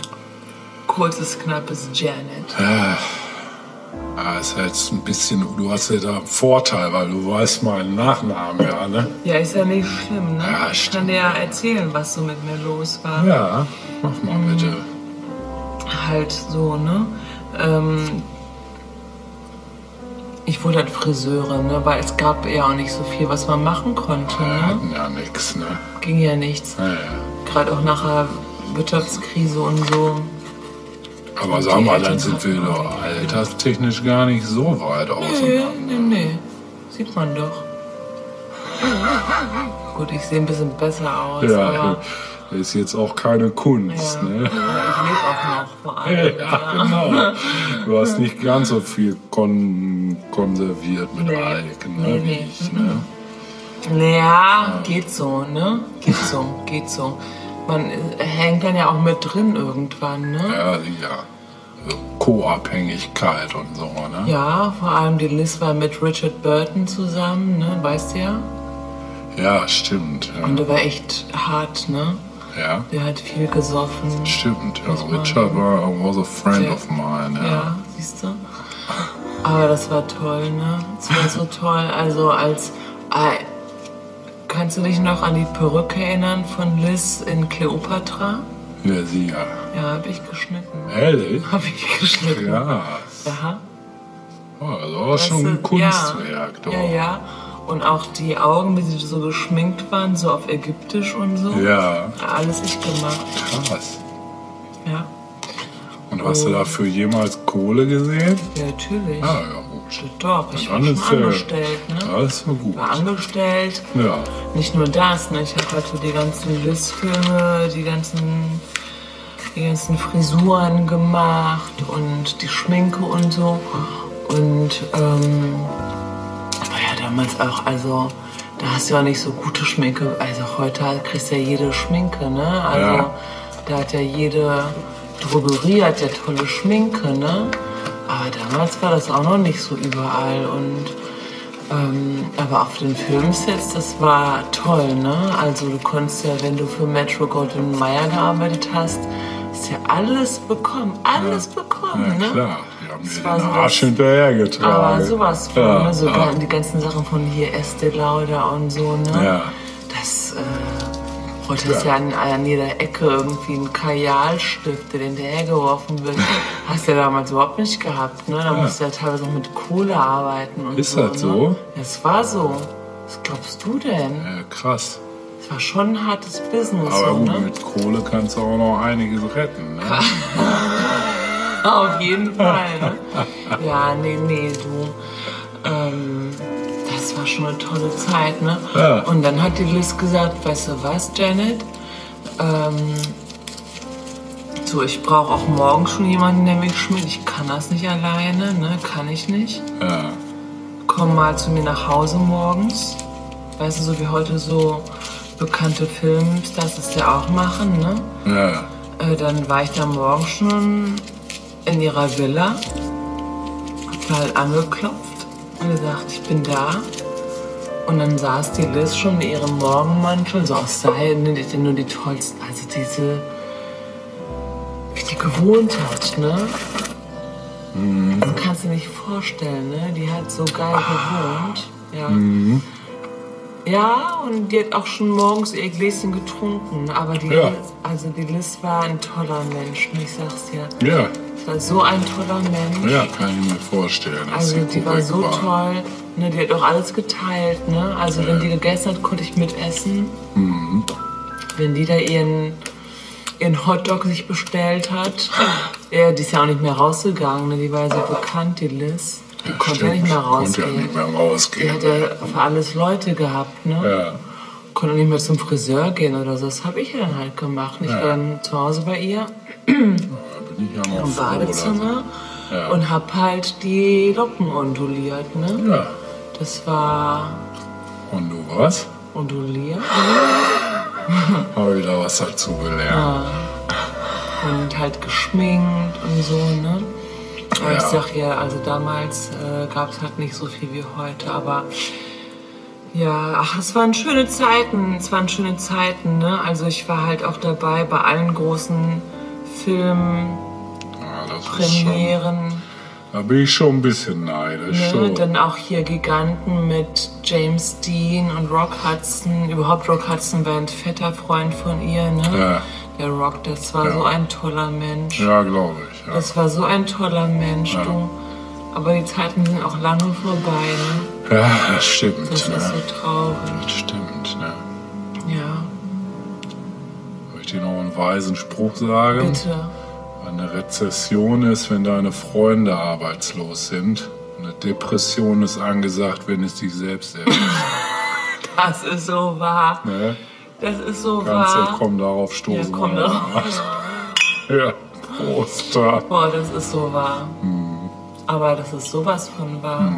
[SPEAKER 2] kurzes, knappes Janet.
[SPEAKER 4] Ja, Ah, ist halt ein bisschen, du hast ja da einen Vorteil, weil du weißt meinen Nachnamen ja, ne?
[SPEAKER 2] Ja, ist ja nicht schlimm, ne?
[SPEAKER 4] Ja,
[SPEAKER 2] ich kann dir ja erzählen, was so mit mir los war.
[SPEAKER 4] Ja, mach mal bitte.
[SPEAKER 2] Halt so, ne? Ähm, ich wurde halt Friseurin, ne? Weil es gab ja auch nicht so viel, was man machen konnte,
[SPEAKER 4] Wir
[SPEAKER 2] ne?
[SPEAKER 4] hatten ja nichts, ne?
[SPEAKER 2] Ging ja nichts.
[SPEAKER 4] Ja, ja.
[SPEAKER 2] Gerade auch nach der Wirtschaftskrise und so.
[SPEAKER 4] Aber sag mal, dann sind wir doch alterstechnisch gar nicht so weit
[SPEAKER 2] Nee,
[SPEAKER 4] auseinander.
[SPEAKER 2] nee, nee. Sieht man doch. Gut, ich sehe ein bisschen besser aus,
[SPEAKER 4] Ja,
[SPEAKER 2] aber
[SPEAKER 4] ist jetzt auch keine Kunst, ne?
[SPEAKER 2] ich lebe auch noch vor allem.
[SPEAKER 4] Ja, genau. Du hast nicht ganz so viel kon konserviert mit Alk, ne?
[SPEAKER 2] Nee,
[SPEAKER 4] wie
[SPEAKER 2] nee.
[SPEAKER 4] ich, ne?
[SPEAKER 2] Naja, geht so, ne? Geht so, geht so. Man äh, hängt dann ja auch mit drin irgendwann, ne?
[SPEAKER 4] Ja, ja. So Co-Abhängigkeit und so, ne?
[SPEAKER 2] Ja, vor allem die Liz war mit Richard Burton zusammen, ne? Weißt du ja?
[SPEAKER 4] Ja, stimmt. Ja.
[SPEAKER 2] Und der war echt hart, ne?
[SPEAKER 4] ja.
[SPEAKER 2] Der hat viel gesoffen.
[SPEAKER 4] Stimmt, ja.
[SPEAKER 2] Muss man-
[SPEAKER 4] Richard war was a friend
[SPEAKER 2] Sehr-
[SPEAKER 4] of mine, ja.
[SPEAKER 2] Ja, siehst du? Aber das war toll, ne? Das war so toll. Also als... äh, kannst du dich noch an die Perücke erinnern von Liz in Cleopatra?
[SPEAKER 4] Ja, sie ja.
[SPEAKER 2] Ja, habe ich geschnitten.
[SPEAKER 4] Ehrlich?
[SPEAKER 2] Habe ich geschnitten.
[SPEAKER 4] Ja.
[SPEAKER 2] Aha.
[SPEAKER 4] Oh, das war schon
[SPEAKER 2] Das
[SPEAKER 4] ein
[SPEAKER 2] ist-
[SPEAKER 4] Kunstwerk,
[SPEAKER 2] ja.
[SPEAKER 4] doch.
[SPEAKER 2] ja, ja. Und auch die Augen, wie sie so geschminkt waren, so auf ägyptisch und so.
[SPEAKER 4] Ja.
[SPEAKER 2] Alles ich gemacht.
[SPEAKER 4] Krass.
[SPEAKER 2] Ja,
[SPEAKER 4] Und hast
[SPEAKER 2] Oh.
[SPEAKER 4] du dafür jemals Kohle gesehen?
[SPEAKER 2] ja natürlich.
[SPEAKER 4] Ah, ja, gut.
[SPEAKER 2] Doch, ich
[SPEAKER 4] Ja,
[SPEAKER 2] war
[SPEAKER 4] dann
[SPEAKER 2] schon
[SPEAKER 4] ist, äh,
[SPEAKER 2] angestellt, ne?
[SPEAKER 4] Das war gut.
[SPEAKER 2] War angestellt.
[SPEAKER 4] Ja.
[SPEAKER 2] Nicht nur das, ne? Ich habe halt so die ganzen Liz-Filme, die ganzen, die ganzen Frisuren gemacht und die Schminke und so. Und ähm, war ja damals auch, also da hast du ja auch nicht so gute Schminke. Also heute kriegst du ja jede Schminke, ne? Also
[SPEAKER 4] Ja.
[SPEAKER 2] da hat ja jede Drogerie hat ja tolle Schminke, ne? Aber damals war das auch noch nicht so überall und ähm, aber auf den Filmsets, das war toll, ne? Also du konntest ja, wenn du für Metro Goldwyn Mayer gearbeitet hast, hast ja alles bekommen, alles bekommen,
[SPEAKER 4] Ja,
[SPEAKER 2] ne?
[SPEAKER 4] klar. Die haben mir
[SPEAKER 2] Das
[SPEAKER 4] den
[SPEAKER 2] war sowas-
[SPEAKER 4] Arsch hinterhergetragen.
[SPEAKER 2] Aber sowas von,
[SPEAKER 4] ja.
[SPEAKER 2] ne? so
[SPEAKER 4] ja.
[SPEAKER 2] die ganzen Sachen von hier Estee Lauder und so, ne?
[SPEAKER 4] Ja.
[SPEAKER 2] Das äh, heute ist ja an, an jeder Ecke irgendwie ein Kajalstift, der hinterhergeworfen wird. Hast du ja damals überhaupt nicht gehabt, ne? Da
[SPEAKER 4] Ja.
[SPEAKER 2] musst du ja teilweise auch mit Kohle arbeiten und
[SPEAKER 4] Ist
[SPEAKER 2] so.
[SPEAKER 4] das
[SPEAKER 2] Ne?
[SPEAKER 4] so?
[SPEAKER 2] Das war so. Was glaubst du denn?
[SPEAKER 4] Ja, krass.
[SPEAKER 2] Das Das war schon ein hartes Business, ne?
[SPEAKER 4] Aber gut,
[SPEAKER 2] oder?
[SPEAKER 4] mit Kohle kannst du auch noch einiges retten. Ne?
[SPEAKER 2] Auf jeden Fall. Ne? Ja, nee, nee, du. Ähm, das war schon eine tolle Zeit, ne?
[SPEAKER 4] Ja.
[SPEAKER 2] Und dann hat die Liz gesagt, weißt du was, Janet? Ähm, so, ich brauche auch morgen schon jemanden, der mich schminkt. Ich kann das nicht alleine, ne? Kann ich nicht.
[SPEAKER 4] Ja.
[SPEAKER 2] Komm mal zu mir nach Hause morgens. Weißt du, so wie heute so bekannte Filmstars das ja auch machen, ne?
[SPEAKER 4] Ja.
[SPEAKER 2] Äh, dann war ich da morgens schon in ihrer Villa, hab da halt angeklopft und gesagt, ich bin da. Und dann saß die Liz schon in ihrem Morgenmantel, so aus Seil, ne, die hat ja nur die tollsten, also diese, wie die gewohnt hat, ne?
[SPEAKER 4] Mhm.
[SPEAKER 2] Das kannst du dir nicht vorstellen, ne? Die hat so geil gewohnt. Ja.
[SPEAKER 4] Ah. Mhm.
[SPEAKER 2] Ja, und die hat auch schon morgens ihr Gläschen getrunken. Aber die,
[SPEAKER 4] Ja.
[SPEAKER 2] Liz, also die Liz war ein toller Mensch, und ich sag's dir.
[SPEAKER 4] Ja.
[SPEAKER 2] Es war so ein toller Mensch.
[SPEAKER 4] Ja, kann ich mir vorstellen. dass
[SPEAKER 2] Also die war
[SPEAKER 4] korrekt
[SPEAKER 2] so
[SPEAKER 4] war.
[SPEAKER 2] toll. Ne, die hat auch alles geteilt. Ne? Also wenn
[SPEAKER 4] Ja.
[SPEAKER 2] die gegessen hat, konnte ich mitessen.
[SPEAKER 4] Mhm.
[SPEAKER 2] Wenn die da ihren, ihren Hotdog sich bestellt hat.
[SPEAKER 4] Ah.
[SPEAKER 2] Ja, die ist ja auch nicht mehr rausgegangen. Ne? Die war ja so bekannt, die Liz. Die konnte ja
[SPEAKER 4] Stimmt,
[SPEAKER 2] nicht mehr
[SPEAKER 4] konnte ja
[SPEAKER 2] rausgehen.
[SPEAKER 4] nicht mehr
[SPEAKER 2] Die
[SPEAKER 4] rausgehen.
[SPEAKER 2] hat ja für alles Leute gehabt. Ne?
[SPEAKER 4] Ja.
[SPEAKER 2] konnte nicht mehr zum Friseur gehen oder so. Das habe ich ja dann halt gemacht. Ich
[SPEAKER 4] Ja.
[SPEAKER 2] war dann zu Hause bei ihr
[SPEAKER 4] Bin ich ja noch
[SPEAKER 2] im
[SPEAKER 4] froh, dass-
[SPEAKER 2] Badezimmer
[SPEAKER 4] Ja.
[SPEAKER 2] und hab halt die Locken onduliert. Ne?
[SPEAKER 4] Ja.
[SPEAKER 2] Das war
[SPEAKER 4] Und du was?
[SPEAKER 2] onduliert
[SPEAKER 4] Habe wieder was dazu gelernt.
[SPEAKER 2] und halt geschminkt und so. Ne? Aber Ich
[SPEAKER 4] Ja.
[SPEAKER 2] sag ja, also damals äh, gab es halt nicht so viel wie heute, aber Ja, ach, es waren schöne Zeiten, es waren schöne Zeiten, ne? Also ich war halt auch dabei bei allen großen Filmen, Premieren,
[SPEAKER 4] Da bin ich schon ein bisschen neidisch.
[SPEAKER 2] ne?
[SPEAKER 4] so.
[SPEAKER 2] Dann auch hier Giganten mit James Dean und Rock Hudson. Überhaupt Rock Hudson war ein fetter Freund von ihr, ne?
[SPEAKER 4] Ja.
[SPEAKER 2] Der Rock, das war
[SPEAKER 4] Ja.
[SPEAKER 2] so ein toller Mensch.
[SPEAKER 4] Ja, glaube ich. Ja.
[SPEAKER 2] Das war so ein toller Mensch,
[SPEAKER 4] Ja.
[SPEAKER 2] du. Aber die Zeiten sind auch lange vorbei, ne?
[SPEAKER 4] ja, das stimmt.
[SPEAKER 2] Das
[SPEAKER 4] ne?
[SPEAKER 2] ist so traurig,
[SPEAKER 4] Das stimmt. Ne?
[SPEAKER 2] ja.
[SPEAKER 4] Soll ich dir noch einen weisen Spruch sagen?
[SPEAKER 2] Bitte.
[SPEAKER 4] Eine Rezession ist, wenn deine Freunde arbeitslos sind. Eine Depression ist angesagt, wenn es dich selbst erwischt.
[SPEAKER 2] Das ist so wahr.
[SPEAKER 4] ne?
[SPEAKER 2] Das ist so
[SPEAKER 4] Kannst du
[SPEAKER 2] wahr.
[SPEAKER 4] komm darauf stoßen.
[SPEAKER 2] Ja, komm
[SPEAKER 4] oder?
[SPEAKER 2] darauf.
[SPEAKER 4] ja, Prost. da.
[SPEAKER 2] Boah, das ist so wahr.
[SPEAKER 4] Mhm.
[SPEAKER 2] Aber das ist sowas von wahr.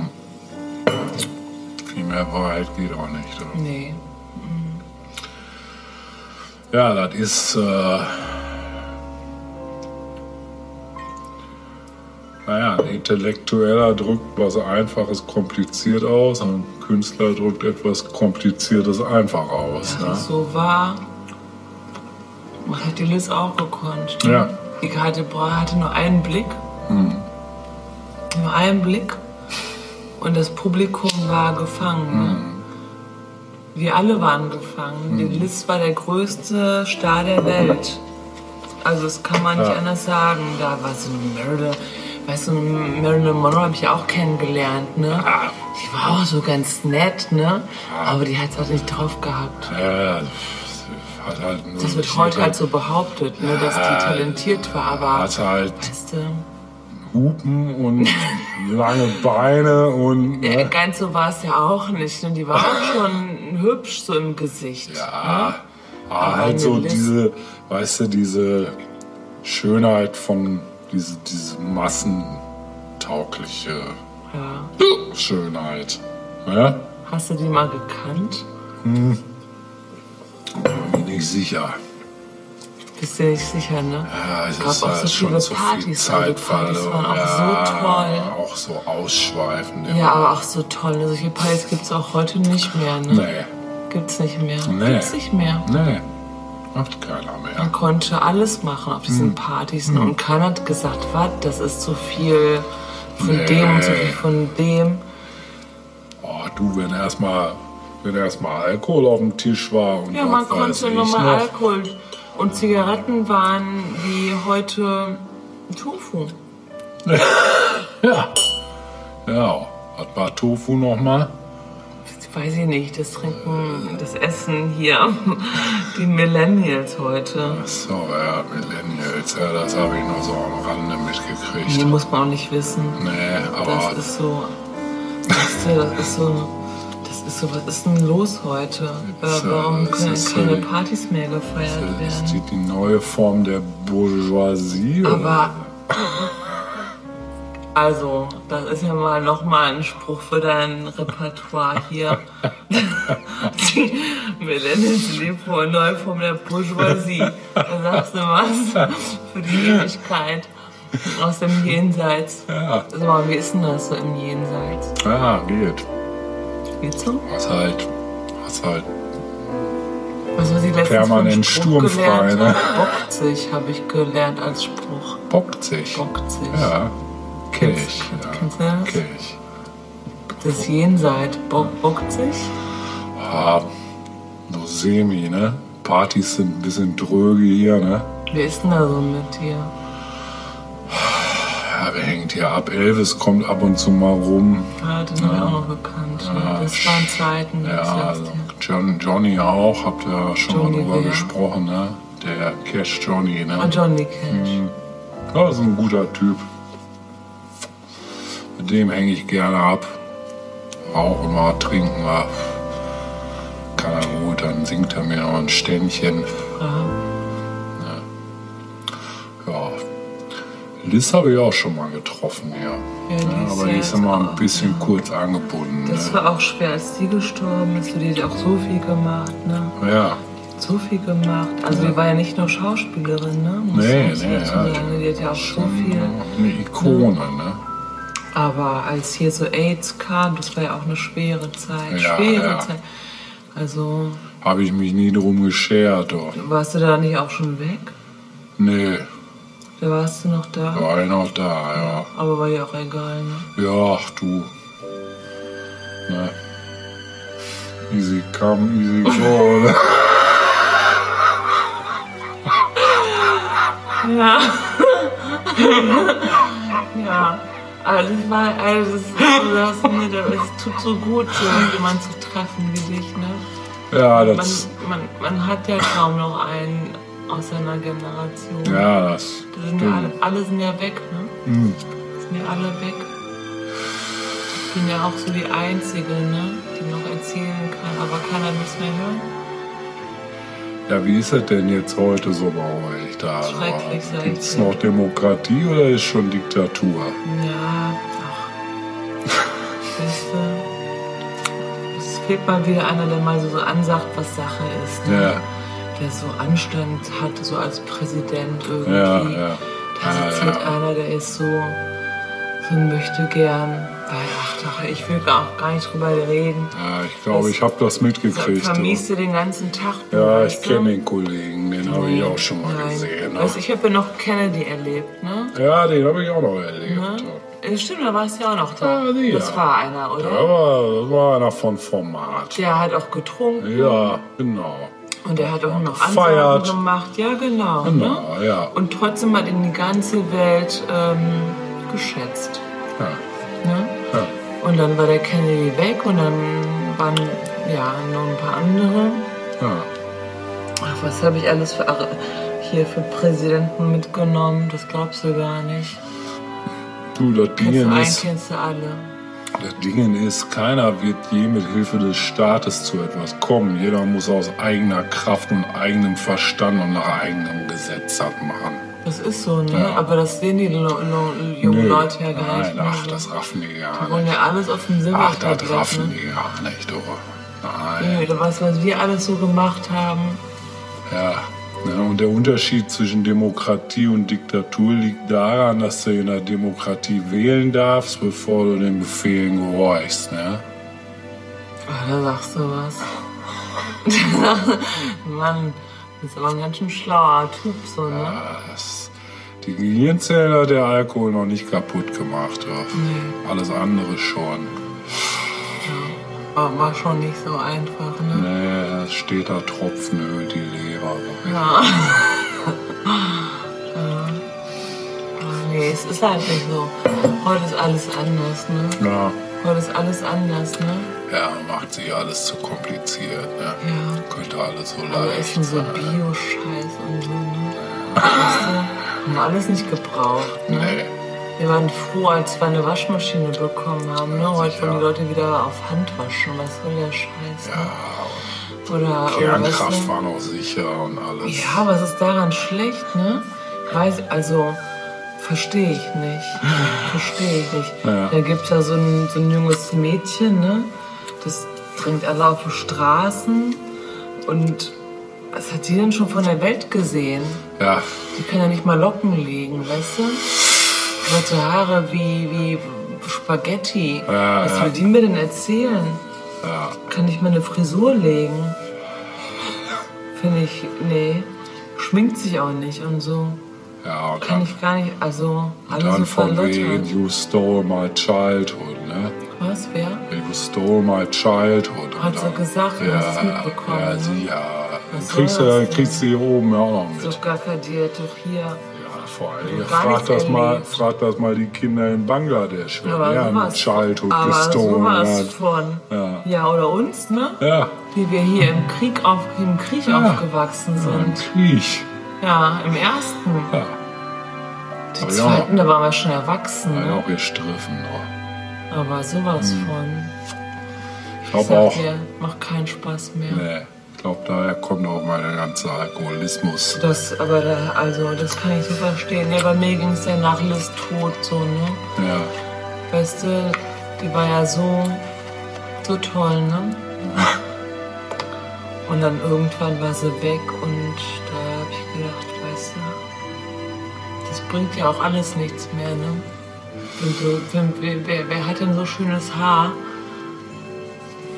[SPEAKER 4] Viel mehr Wahrheit geht auch nicht. Oder?
[SPEAKER 2] Nee.
[SPEAKER 4] Ja, das ist. Äh, naja, ein Intellektueller drückt was Einfaches kompliziert aus, ein Künstler drückt etwas Kompliziertes einfach aus.
[SPEAKER 2] Das ist
[SPEAKER 4] Ne?
[SPEAKER 2] so wahr. Das hat die Liz auch gekonnt.
[SPEAKER 4] Ja.
[SPEAKER 2] Die hatte, boah, hatte nur einen Blick.
[SPEAKER 4] Hm.
[SPEAKER 2] Nur einen Blick. Und das Publikum war gefangen. Ne?
[SPEAKER 4] Hm.
[SPEAKER 2] Wir alle waren gefangen. Die Liz war der größte Star der Welt. Also das kann man nicht
[SPEAKER 4] Ja.
[SPEAKER 2] anders sagen. Da war so eine Meryl, weißt du, Marilyn Monroe habe ich ja auch kennengelernt, ne?
[SPEAKER 4] Ah,
[SPEAKER 2] Die war auch so ganz nett, ne? Aber die hat es auch nicht drauf gehabt.
[SPEAKER 4] Ja, das hat halt nur
[SPEAKER 2] Das wird heute halt so behauptet, ne, dass die
[SPEAKER 4] Ja,
[SPEAKER 2] talentiert war, aber
[SPEAKER 4] Hat halt
[SPEAKER 2] weißt du,
[SPEAKER 4] Hupen und lange Beine und.
[SPEAKER 2] ja,
[SPEAKER 4] Ne?
[SPEAKER 2] ganz so war es ja auch nicht. Ne? Die war auch schon hübsch so im Gesicht.
[SPEAKER 4] Ja,
[SPEAKER 2] Aber
[SPEAKER 4] aber Ah, halt so
[SPEAKER 2] eine List-
[SPEAKER 4] diese, weißt du, diese Schönheit von, diese, diese massentaugliche
[SPEAKER 2] Ja.
[SPEAKER 4] Schönheit. Ne?
[SPEAKER 2] Hast du die mal gekannt?
[SPEAKER 4] Hm. Bin mir nicht sicher.
[SPEAKER 2] Bist du nicht sicher, ne?
[SPEAKER 4] Ja, es
[SPEAKER 2] Gab
[SPEAKER 4] ist
[SPEAKER 2] auch
[SPEAKER 4] halt
[SPEAKER 2] so
[SPEAKER 4] schon
[SPEAKER 2] viele
[SPEAKER 4] zu viel
[SPEAKER 2] Partys, also die
[SPEAKER 4] Zeit
[SPEAKER 2] Partys
[SPEAKER 4] verloren.
[SPEAKER 2] waren auch
[SPEAKER 4] ja, auch so ausschweifend.
[SPEAKER 2] Ja, aber auch so toll. Ne? Solche Partys gibt es auch heute nicht mehr, ne? Nee. Gibt's nicht mehr.
[SPEAKER 4] Nee.
[SPEAKER 2] Gibt's nicht mehr.
[SPEAKER 4] Nee, macht keiner mehr.
[SPEAKER 2] Man konnte alles machen auf diesen
[SPEAKER 4] Hm.
[SPEAKER 2] Partys ne?
[SPEAKER 4] Hm.
[SPEAKER 2] und keiner hat gesagt, was, das ist zu viel von
[SPEAKER 4] Nee.
[SPEAKER 2] dem und zu viel von dem.
[SPEAKER 4] Oh, du, wenn erstmal wenn erstmal Alkohol auf dem Tisch war und
[SPEAKER 2] Ja, man
[SPEAKER 4] was weiß
[SPEAKER 10] also
[SPEAKER 2] konnte
[SPEAKER 4] ich
[SPEAKER 2] nochmal
[SPEAKER 4] noch.
[SPEAKER 2] Alkohol und Zigaretten waren wie heute Tofu.
[SPEAKER 4] Ja. Ja, was war Tofu nochmal?
[SPEAKER 2] weiß ich nicht, das Trinken, das Essen hier, die Millennials heute.
[SPEAKER 10] Ach so, ja, Millennials, ja, das habe ich noch so am Rande mitgekriegt.
[SPEAKER 2] Nee, muss man auch nicht wissen.
[SPEAKER 10] Nee, aber
[SPEAKER 2] Das ist so, weißt du, das ist so, das ist so, was ist denn los heute? Äh, warum
[SPEAKER 10] das
[SPEAKER 2] können
[SPEAKER 10] ist
[SPEAKER 2] keine
[SPEAKER 10] so-
[SPEAKER 2] Partys mehr gefeiert
[SPEAKER 10] ist
[SPEAKER 2] werden?
[SPEAKER 10] die, die neue Form der Bourgeoisie.
[SPEAKER 2] Aber, also, das ist ja mal nochmal ein Spruch für dein Repertoire hier. Die Millennials leben vor neu Form der Bourgeoisie. Da sagst du was für die Ewigkeit aus dem Jenseits.
[SPEAKER 10] Ja.
[SPEAKER 2] Sag mal, wie ist denn das so im Jenseits?
[SPEAKER 10] oder? Ja, geht.
[SPEAKER 2] Geht's so?
[SPEAKER 10] Was halt, was halt
[SPEAKER 2] Also, was ich letztens
[SPEAKER 10] Permanent
[SPEAKER 2] für einen Spruch
[SPEAKER 10] sturmfrei,
[SPEAKER 2] gelernt
[SPEAKER 10] ne?
[SPEAKER 2] habe, Bockt sich, habe ich gelernt als Spruch.
[SPEAKER 10] bockt sich.
[SPEAKER 2] Bockt sich.
[SPEAKER 10] Ja, kenn ich.
[SPEAKER 2] Kennst du das?
[SPEAKER 10] Kenn ich.
[SPEAKER 2] Das Jenseits bo bockt sich.
[SPEAKER 10] Ah, nur semi, ne? Partys sind ein bisschen dröge hier, ne?
[SPEAKER 2] Wer ist denn da so mit dir?
[SPEAKER 10] Ja, wer hängt hier ab? Elvis kommt ab und zu mal rum.
[SPEAKER 2] Ja, Ah, den habe ich auch noch gekannt. ne? Das waren Zeiten.
[SPEAKER 10] Ja,
[SPEAKER 2] das heißt,
[SPEAKER 10] also John, Johnny auch, habt ihr schon
[SPEAKER 2] Johnny
[SPEAKER 10] mal drüber
[SPEAKER 2] wer?
[SPEAKER 10] gesprochen, ne? Der Cash Johnny, ne?
[SPEAKER 2] Ah, Johnny Cash.
[SPEAKER 10] Mhm. Ja, ist ein guter Typ. Mit dem hänge ich gerne ab. Rauchen wir, trinken wir. Kann er gut, dann singt er mir noch ein Ständchen.
[SPEAKER 2] Aha.
[SPEAKER 10] Ja. Liz habe ich auch schon mal getroffen, ja.
[SPEAKER 2] Ja, die
[SPEAKER 10] ja
[SPEAKER 2] ist
[SPEAKER 10] aber die
[SPEAKER 2] ja
[SPEAKER 10] ist immer ein bisschen kurz angebunden.
[SPEAKER 2] Das
[SPEAKER 10] Ne?
[SPEAKER 2] war auch schwer, als die gestorben ist. Für die hat auch so viel gemacht, ne?
[SPEAKER 10] Ja,
[SPEAKER 2] So viel gemacht. Also die war ja nicht nur Schauspielerin, ne?
[SPEAKER 10] Nee,
[SPEAKER 2] man
[SPEAKER 10] nee,
[SPEAKER 2] dazu
[SPEAKER 10] ja,
[SPEAKER 2] sagen. Die hat ja auch so viel.
[SPEAKER 10] eine Ikone, ne?
[SPEAKER 2] Aber als hier so AIDS kam, das war ja auch eine schwere Zeit.
[SPEAKER 10] Ja,
[SPEAKER 2] schwere
[SPEAKER 10] ja.
[SPEAKER 2] Zeit. Also
[SPEAKER 10] Habe ich mich nie drum geschert, doch.
[SPEAKER 2] warst du da nicht auch schon weg?
[SPEAKER 10] Nee,
[SPEAKER 2] Da warst du noch da.
[SPEAKER 10] war ich noch da, ja.
[SPEAKER 2] Aber war ja auch egal, ne?
[SPEAKER 10] Ja, ach du. Ne? Easy come, easy go, ne?
[SPEAKER 2] Ja. ja. Also das war, also das, das, das, das tut so gut, so jemanden zu treffen wie dich, ne?
[SPEAKER 10] Ja, das.
[SPEAKER 2] man, man, man hat ja kaum noch einen aus seiner Generation.
[SPEAKER 10] Ja, das
[SPEAKER 2] Da sind ja alle,
[SPEAKER 10] stimmt.
[SPEAKER 2] alle sind ja weg, ne?
[SPEAKER 10] Hm.
[SPEAKER 2] Sind ja alle weg. Ich bin ja auch so die Einzige, ne? Die noch erzählen kann, aber keiner muss mehr hören.
[SPEAKER 10] Ja, wie ist das denn jetzt heute so bei euch da?
[SPEAKER 2] Schrecklich, sag ich
[SPEAKER 10] Gibt es
[SPEAKER 2] dir.
[SPEAKER 10] noch Demokratie oder ist schon Diktatur?
[SPEAKER 2] Ja, ach. Weißt du, es fehlt mal wieder einer, der mal so, so ansagt, was Sache ist. Ne?
[SPEAKER 10] Ja,
[SPEAKER 2] Der so Anstand hat, so als Präsident irgendwie.
[SPEAKER 10] ja, ja.
[SPEAKER 2] Da sitzt halt einer, der ist so, so ein möchte gern. Weil, ach, ach, ich will auch gar nicht drüber reden.
[SPEAKER 10] ja ich glaube, ich habe das mitgekriegt.
[SPEAKER 2] Da
[SPEAKER 10] du.
[SPEAKER 2] vermiest du den ganzen Tag. du,
[SPEAKER 10] Ja, ich
[SPEAKER 2] weißt du?
[SPEAKER 10] kenne den Kollegen, den habe ich auch schon mal
[SPEAKER 2] Nein.
[SPEAKER 10] gesehen. Ne?
[SPEAKER 2] Weißt, du, ich habe ja noch Kennedy erlebt, ne?
[SPEAKER 10] Ja, den habe ich auch noch erlebt.
[SPEAKER 2] ne? Äh, Stimmt, da warst du ja auch noch da.
[SPEAKER 10] Ja, sicher.
[SPEAKER 2] Das war einer,
[SPEAKER 10] Ja,
[SPEAKER 2] oder?
[SPEAKER 10] war, war einer von Format.
[SPEAKER 2] Der hat auch getrunken.
[SPEAKER 10] Ja, genau.
[SPEAKER 2] Und er hat auch noch
[SPEAKER 10] Feiert.
[SPEAKER 2] Ansagen gemacht. Ja, genau. Ne?
[SPEAKER 10] Genau, ja.
[SPEAKER 2] Und trotzdem hat ihn die ganze Welt ähm, geschätzt.
[SPEAKER 10] ja.
[SPEAKER 2] Ne?
[SPEAKER 10] Ja.
[SPEAKER 2] Und dann war der Kennedy weg und dann waren ja noch ein paar andere.
[SPEAKER 10] Ja.
[SPEAKER 2] Ach, was habe ich alles für, Ar- hier für Präsidenten mitgenommen? Das glaubst du gar nicht.
[SPEAKER 10] Du, das
[SPEAKER 2] Kennst du
[SPEAKER 10] Ding
[SPEAKER 2] einen,
[SPEAKER 10] ist,
[SPEAKER 2] kennst du alle.
[SPEAKER 10] das Ding ist, keiner wird je mit Hilfe des Staates zu etwas kommen. Jeder muss aus eigener Kraft und eigenem Verstand und nach eigenem Gesetz das machen.
[SPEAKER 2] Das ist so, ne?
[SPEAKER 10] Ja.
[SPEAKER 2] Aber das sehen die lo- lo- jungen
[SPEAKER 10] Nö.
[SPEAKER 2] Leute ja gar
[SPEAKER 10] Nein,
[SPEAKER 2] nicht.
[SPEAKER 10] ach,
[SPEAKER 2] mehr so.
[SPEAKER 10] das raffen die gar
[SPEAKER 2] Die wollen
[SPEAKER 10] nicht.
[SPEAKER 2] ja alles auf dem
[SPEAKER 10] Ach,
[SPEAKER 2] Silbertablett.
[SPEAKER 10] das raffen
[SPEAKER 2] ne?
[SPEAKER 10] die gar nicht, du. Nein.
[SPEAKER 2] Ja, Oder was, was wir alles so gemacht haben.
[SPEAKER 10] Ja, ne, und der Unterschied zwischen Demokratie und Diktatur liegt daran, dass du in der Demokratie wählen darfst, bevor du den Befehlen gehorchst. Ne?
[SPEAKER 2] Ah, da sagst du was. Mann, du bist aber ein ganz schön schlauer Typ, so, ne?
[SPEAKER 10] Das, die Gehirnzellen hat der Alkohol noch nicht kaputt gemacht. Ja. Alles andere schon.
[SPEAKER 2] War, war schon nicht so einfach, ne?
[SPEAKER 10] Ne, es steht da Tropfen ölt die Leber.
[SPEAKER 2] Ja. ja. Aber nee, es ist halt nicht so. Heute ist alles anders, ne?
[SPEAKER 10] Ja,
[SPEAKER 2] Heute ist alles anders, ne?
[SPEAKER 10] Ja, macht sich alles zu kompliziert. Ne?
[SPEAKER 2] Ja.
[SPEAKER 10] Könnte alles so
[SPEAKER 2] Aber ist
[SPEAKER 10] leicht
[SPEAKER 2] denn so ne?
[SPEAKER 10] sein.
[SPEAKER 2] Bio-Scheiß und so, ne? Weißt du, haben wir alles nicht gebraucht, ne?
[SPEAKER 10] Nee.
[SPEAKER 2] Wir waren froh, als wir eine Waschmaschine bekommen haben, ne? Heute wollen die Leute wieder auf Hand waschen. Was soll der Scheiß? Ja. Ne? Oder, oder weißt
[SPEAKER 10] Kernkraft
[SPEAKER 2] du?
[SPEAKER 10] war noch sicher und alles.
[SPEAKER 2] Ja, aber es ist daran schlecht, ne? Weiß, also, verstehe ich nicht. Verstehe ich nicht.
[SPEAKER 10] Ja.
[SPEAKER 2] Da gibt es ja so ein, so ein junges Mädchen, ne? Das trinkt alle auf den Straßen. Und was hat die denn schon von der Welt gesehen?
[SPEAKER 10] Ja,
[SPEAKER 2] Die kann ja nicht mal Locken legen, weißt du? Rote Haare wie, wie Spaghetti.
[SPEAKER 10] Ja,
[SPEAKER 2] was
[SPEAKER 10] ja.
[SPEAKER 2] will die mir denn erzählen?
[SPEAKER 10] ja.
[SPEAKER 2] Kann ich mir eine Frisur legen? Finde ich, nee. Schminkt sich auch nicht und so.
[SPEAKER 10] ja und
[SPEAKER 2] Kann
[SPEAKER 10] dann,
[SPEAKER 2] ich gar nicht, also
[SPEAKER 10] und
[SPEAKER 2] alles so
[SPEAKER 10] dann von
[SPEAKER 2] verlottert.
[SPEAKER 10] wegen, you stole my childhood, ne?
[SPEAKER 2] Was, wer?
[SPEAKER 10] You stole my childhood.
[SPEAKER 2] Hat sie gesagt, du hast es mitbekommen.
[SPEAKER 10] Ja,
[SPEAKER 2] ne?
[SPEAKER 10] sie, ja. Dann
[SPEAKER 2] Was soll
[SPEAKER 10] kriegst, du,
[SPEAKER 2] das
[SPEAKER 10] dann
[SPEAKER 2] denn?
[SPEAKER 10] kriegst du hier oben ja auch noch mit.
[SPEAKER 2] So Gacker, die hat doch hier.
[SPEAKER 10] Ja, vor allem,
[SPEAKER 2] Gar
[SPEAKER 10] frag
[SPEAKER 2] nichts
[SPEAKER 10] das, mal,
[SPEAKER 2] erlebt.
[SPEAKER 10] frag das mal die Kinder in Bangladesch. Wir
[SPEAKER 2] Aber
[SPEAKER 10] werden
[SPEAKER 2] sowas-
[SPEAKER 10] Childhood
[SPEAKER 2] aber
[SPEAKER 10] gestohlen.
[SPEAKER 2] sowas
[SPEAKER 10] hat.
[SPEAKER 2] von.
[SPEAKER 10] Ja.
[SPEAKER 2] Ja, oder uns, ne?
[SPEAKER 10] Ja,
[SPEAKER 2] Wie wir hier im Krieg, auf, im Krieg
[SPEAKER 10] Ja.
[SPEAKER 2] aufgewachsen
[SPEAKER 10] ein
[SPEAKER 2] sind.
[SPEAKER 10] Krieg.
[SPEAKER 2] Ja, im ersten.
[SPEAKER 10] Ja.
[SPEAKER 2] Die
[SPEAKER 10] Aber ja.
[SPEAKER 2] zweiten, da waren wir schon erwachsen,
[SPEAKER 10] Ja,
[SPEAKER 2] ne?
[SPEAKER 10] auch ihr Striffen. noch.
[SPEAKER 2] Aber sowas von.
[SPEAKER 10] Ich
[SPEAKER 2] Ich
[SPEAKER 10] glaube
[SPEAKER 2] sag
[SPEAKER 10] auch,
[SPEAKER 2] dir, macht keinen Spaß mehr.
[SPEAKER 10] nee, ich glaube, daher kommt auch mal der ganze Alkoholismus.
[SPEAKER 2] Das, aber da, also, das kann ich so verstehen. Ja, bei mir ging es ja nach Liz tot, so, ne?
[SPEAKER 10] Ja,
[SPEAKER 2] Weißt du, die war ja so, so toll, ne? Und dann irgendwann war sie weg und da habe ich gedacht, weißt du, das bringt ja auch alles nichts mehr, ne? Und so, wenn- wer, wer, wer hat denn so schönes Haar,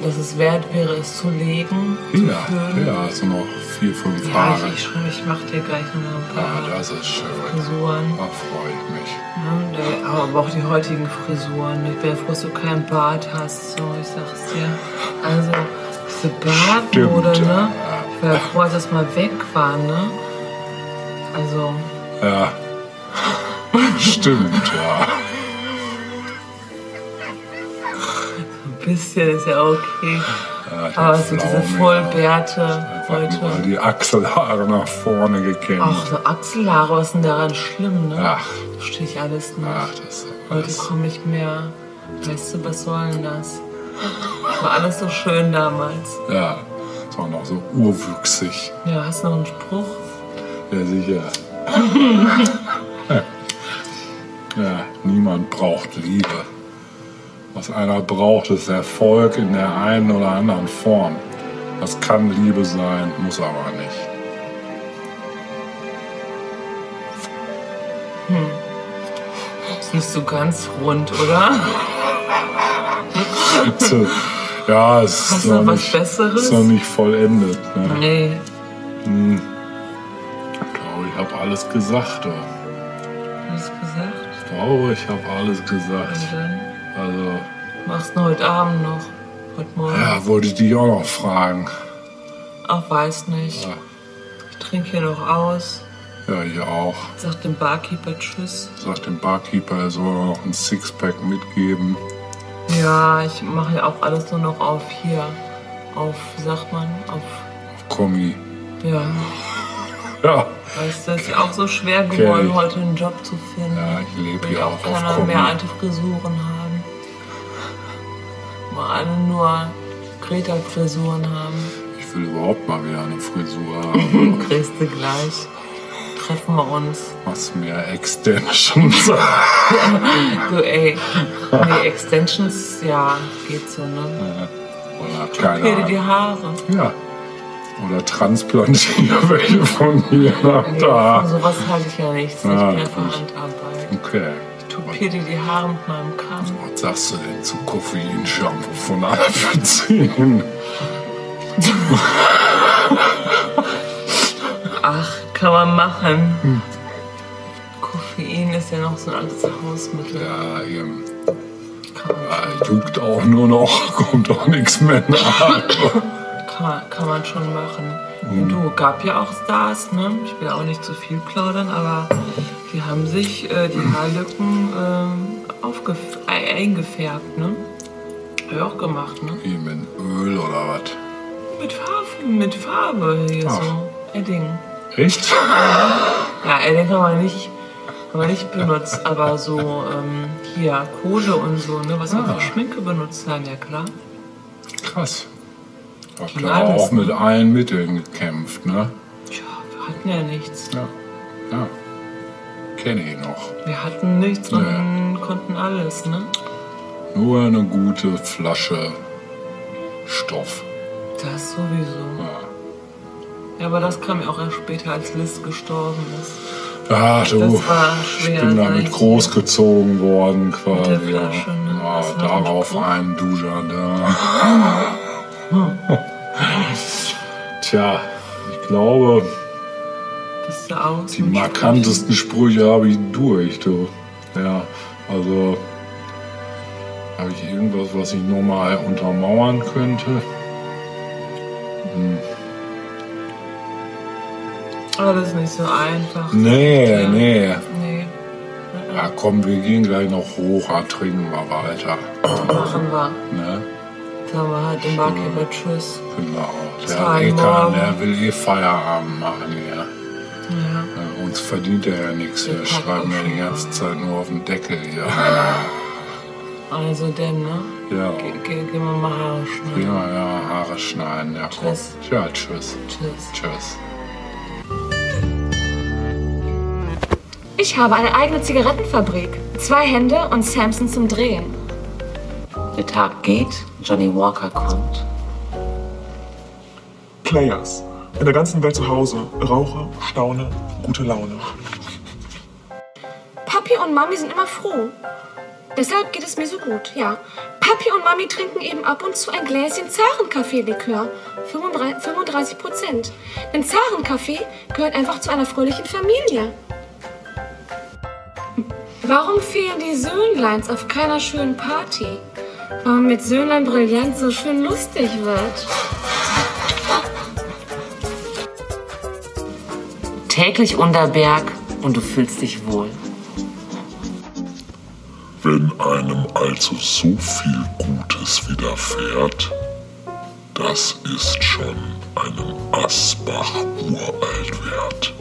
[SPEAKER 2] dass es wert wäre, es zu legen, zu
[SPEAKER 10] ja,
[SPEAKER 2] föhnen?
[SPEAKER 10] ja, also noch vier, fünf
[SPEAKER 2] Ja,
[SPEAKER 10] Jahre.
[SPEAKER 2] ich, ich schwöre, ich mach dir gleich nochmal ein paar
[SPEAKER 10] Ah, das ist schön.
[SPEAKER 2] Frisuren.
[SPEAKER 10] Da freue ich Oh, mich.
[SPEAKER 2] Ne? Der- Aber auch die heutigen Frisuren. Ich bin froh, dass du keinen Bart hast. So, ich sag's dir. Also, diese Bartmode,
[SPEAKER 10] Stimmt,
[SPEAKER 2] ne? Ich war ja froh, als das mal weg war, ne? Also,
[SPEAKER 10] Ja. Stimmt, ja.
[SPEAKER 2] ein bisschen ist ja okay.
[SPEAKER 10] ja ich
[SPEAKER 2] Aber
[SPEAKER 10] hab
[SPEAKER 2] so Ah, also diese
[SPEAKER 10] Pflaumen,
[SPEAKER 2] Vollbärte
[SPEAKER 10] Überall
[SPEAKER 2] heute.
[SPEAKER 10] die Achselhaare nach vorne gekämmt.
[SPEAKER 2] Ach, so Achselhaare, was ist denn daran schlimm, ne?
[SPEAKER 10] Ach.
[SPEAKER 2] Verstehe ich alles nicht.
[SPEAKER 10] Ach, das ist
[SPEAKER 2] Heute
[SPEAKER 10] alles.
[SPEAKER 2] komme ich mehr. Weißt du, was soll denn das? War alles so schön damals.
[SPEAKER 10] Ja, ist auch noch so urwüchsig.
[SPEAKER 2] Ja, hast du noch einen Spruch?
[SPEAKER 10] Ja, sicher. Ja, niemand braucht Liebe. Was einer braucht, ist Erfolg in der einen oder anderen Form. Das kann Liebe sein, muss aber nicht.
[SPEAKER 2] Ist nicht so ganz rund, oder?
[SPEAKER 10] Tja, ja, es
[SPEAKER 2] Hast
[SPEAKER 10] ist
[SPEAKER 2] du
[SPEAKER 10] noch,
[SPEAKER 2] noch was
[SPEAKER 10] nicht,
[SPEAKER 2] Besseres?
[SPEAKER 10] ist noch nicht vollendet. Ne?
[SPEAKER 2] Nee.
[SPEAKER 10] Hm. Ich glaube, ich habe alles gesagt. du.
[SPEAKER 2] Hast du gesagt?
[SPEAKER 10] Ich glaube, ich habe alles gesagt.
[SPEAKER 2] Und dann
[SPEAKER 10] Also,
[SPEAKER 2] machst du heute Abend noch. Heute Morgen.
[SPEAKER 10] ja, wollte ich dich auch noch fragen.
[SPEAKER 2] Ach, weiß nicht.
[SPEAKER 10] Ja.
[SPEAKER 2] Ich trinke hier noch aus.
[SPEAKER 10] Ja, ich auch.
[SPEAKER 2] Sag dem Barkeeper Tschüss.
[SPEAKER 10] Sagt dem Barkeeper, er soll noch ein Sixpack mitgeben.
[SPEAKER 2] Ja, ich mache ja auch alles nur noch auf hier. Auf, sagt man, auf.
[SPEAKER 10] Kommi.
[SPEAKER 2] Ja.
[SPEAKER 10] Ja,
[SPEAKER 2] Weißt du, es ist auch so schwer geworden,
[SPEAKER 10] ich.
[SPEAKER 2] heute einen Job zu finden.
[SPEAKER 10] ja ich lebe
[SPEAKER 2] Will
[SPEAKER 10] hier auch auf
[SPEAKER 2] keiner mehr
[SPEAKER 10] Kommi.
[SPEAKER 2] alte Frisuren haben. Mal alle nur Greta-Frisuren haben.
[SPEAKER 10] Ich will überhaupt mal wieder eine Frisur haben.
[SPEAKER 2] Kriegst du gleich. Treffen wir uns.
[SPEAKER 10] Machst mir Extensions.
[SPEAKER 2] Du ey. Nee, Extensions, ja, geht so, ne?
[SPEAKER 10] Oder keine
[SPEAKER 2] Pille die
[SPEAKER 10] Ahnung.
[SPEAKER 2] Haare.
[SPEAKER 10] Ja. Oder transplantiere welche von mir nach
[SPEAKER 2] Nee,
[SPEAKER 10] da.
[SPEAKER 2] von sowas halte ich ja nichts.
[SPEAKER 10] Ah.
[SPEAKER 2] ich
[SPEAKER 10] Ja,
[SPEAKER 2] bin ja für
[SPEAKER 10] gut.
[SPEAKER 2] Handarbeit.
[SPEAKER 10] Okay.
[SPEAKER 2] Tupier dir die Haare mit meinem Kamm.
[SPEAKER 10] Was sagst du denn zu Koffeinshampoo von Alphazin?
[SPEAKER 2] Ach, kann man machen.
[SPEAKER 10] Hm.
[SPEAKER 2] Koffein ist ja noch so ein altes Hausmittel.
[SPEAKER 10] Ja, eben. Ja, juckt auch nur noch, kommt auch nichts mehr nach.
[SPEAKER 2] Kann man, kann man schon machen.
[SPEAKER 10] Mhm.
[SPEAKER 2] Und du, gab ja auch Stars, ne? Ich will auch nicht zu viel plaudern, aber die haben sich äh, die Haarlücken ähm, aufgef- ei- eingefärbt, ne? Hab ich auch gemacht, ne?
[SPEAKER 10] Wie mit Öl oder was?
[SPEAKER 2] Mit Farbe, mit Farbe hier
[SPEAKER 10] Ach.
[SPEAKER 2] so. Edding.
[SPEAKER 10] Echt?
[SPEAKER 2] Ja, Edding haben wir nicht, haben wir nicht benutzt, aber so ähm, hier Kohle und so, ne? Was wir
[SPEAKER 10] Ah.
[SPEAKER 2] für Schminke benutzt haben, ja klar.
[SPEAKER 10] Krass. Hab
[SPEAKER 2] Klar,
[SPEAKER 10] klar auch
[SPEAKER 2] das-
[SPEAKER 10] mit allen Mitteln gekämpft, ne?
[SPEAKER 2] Wir hatten ja nichts.
[SPEAKER 10] Ja. Ja. Kenne ich noch.
[SPEAKER 2] Wir hatten nichts und
[SPEAKER 10] Ja.
[SPEAKER 2] konnten alles, ne?
[SPEAKER 10] Nur eine gute Flasche Stoff.
[SPEAKER 2] Das sowieso. Ja, aber das kam ja auch erst später, als Liz gestorben ist.
[SPEAKER 10] Ah, du,
[SPEAKER 2] Das war
[SPEAKER 10] ich
[SPEAKER 2] schwer.
[SPEAKER 10] bin damit
[SPEAKER 2] ne?
[SPEAKER 10] großgezogen worden
[SPEAKER 2] der
[SPEAKER 10] quasi. Ja,
[SPEAKER 2] Flasche, ne?
[SPEAKER 10] ja darauf ein Dujardin.
[SPEAKER 2] Hm.
[SPEAKER 10] Tja, ich glaube,
[SPEAKER 2] Bist du aus?
[SPEAKER 10] die markantesten Sprüche habe ich durch, du. Ja, also habe ich irgendwas, was ich nochmal untermauern könnte? Hm.
[SPEAKER 2] Aber das ist nicht so einfach.
[SPEAKER 10] Nee, nee.
[SPEAKER 2] Nee,
[SPEAKER 10] Ja, komm, wir gehen gleich noch hoch, da trinken wir weiter.
[SPEAKER 2] machen wir.
[SPEAKER 10] Ne?
[SPEAKER 2] Sagen wir halt dem Barkeeper Tschüss.
[SPEAKER 10] Genau. Der
[SPEAKER 2] Zwei
[SPEAKER 10] Ekan,
[SPEAKER 2] Morgen.
[SPEAKER 10] der will eh Feierabend machen hier.
[SPEAKER 2] Ja.
[SPEAKER 10] Ja, Uns verdient er ja nichts. Wir schreiben ja die ganze Zeit nur auf den Deckel hier.
[SPEAKER 2] Also denn, ne?
[SPEAKER 10] Ja,
[SPEAKER 2] Ge- ge- Gehen wir mal ne? Haare schneiden.
[SPEAKER 10] prima, ja, Haare schneiden. Ja, komm. Tja, tschüss.
[SPEAKER 2] Tschüss.
[SPEAKER 10] Tschüss.
[SPEAKER 13] Ich habe eine eigene Zigarettenfabrik, zwei Hände und Samson zum Drehen.
[SPEAKER 14] Der Tag geht, Johnny Walker kommt.
[SPEAKER 4] Players. In der ganzen Welt zu Hause. Rauche, staune, gute Laune.
[SPEAKER 7] Papi und Mami sind immer froh. Deshalb geht es mir so gut, ja. Papi und Mami trinken eben ab und zu ein Gläschen Zarenkaffee-Likör. 35 Prozent. Denn Zarenkaffee gehört einfach zu einer fröhlichen Familie. Warum fehlen die Söhnleins auf keiner schönen Party? Warum mit Söhnlein Brillant so schön lustig wird?
[SPEAKER 14] Täglich unter Berg und du fühlst dich wohl.
[SPEAKER 3] Wenn einem also so viel Gutes widerfährt, das ist schon einem Asbach uralt wert.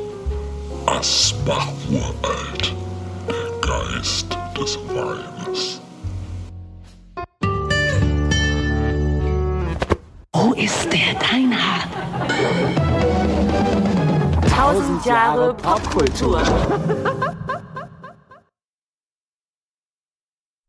[SPEAKER 3] Asbach uralt, der Geist des Weines.
[SPEAKER 1] Wo ist der Deinhard?
[SPEAKER 15] Tausend Jahre Popkultur.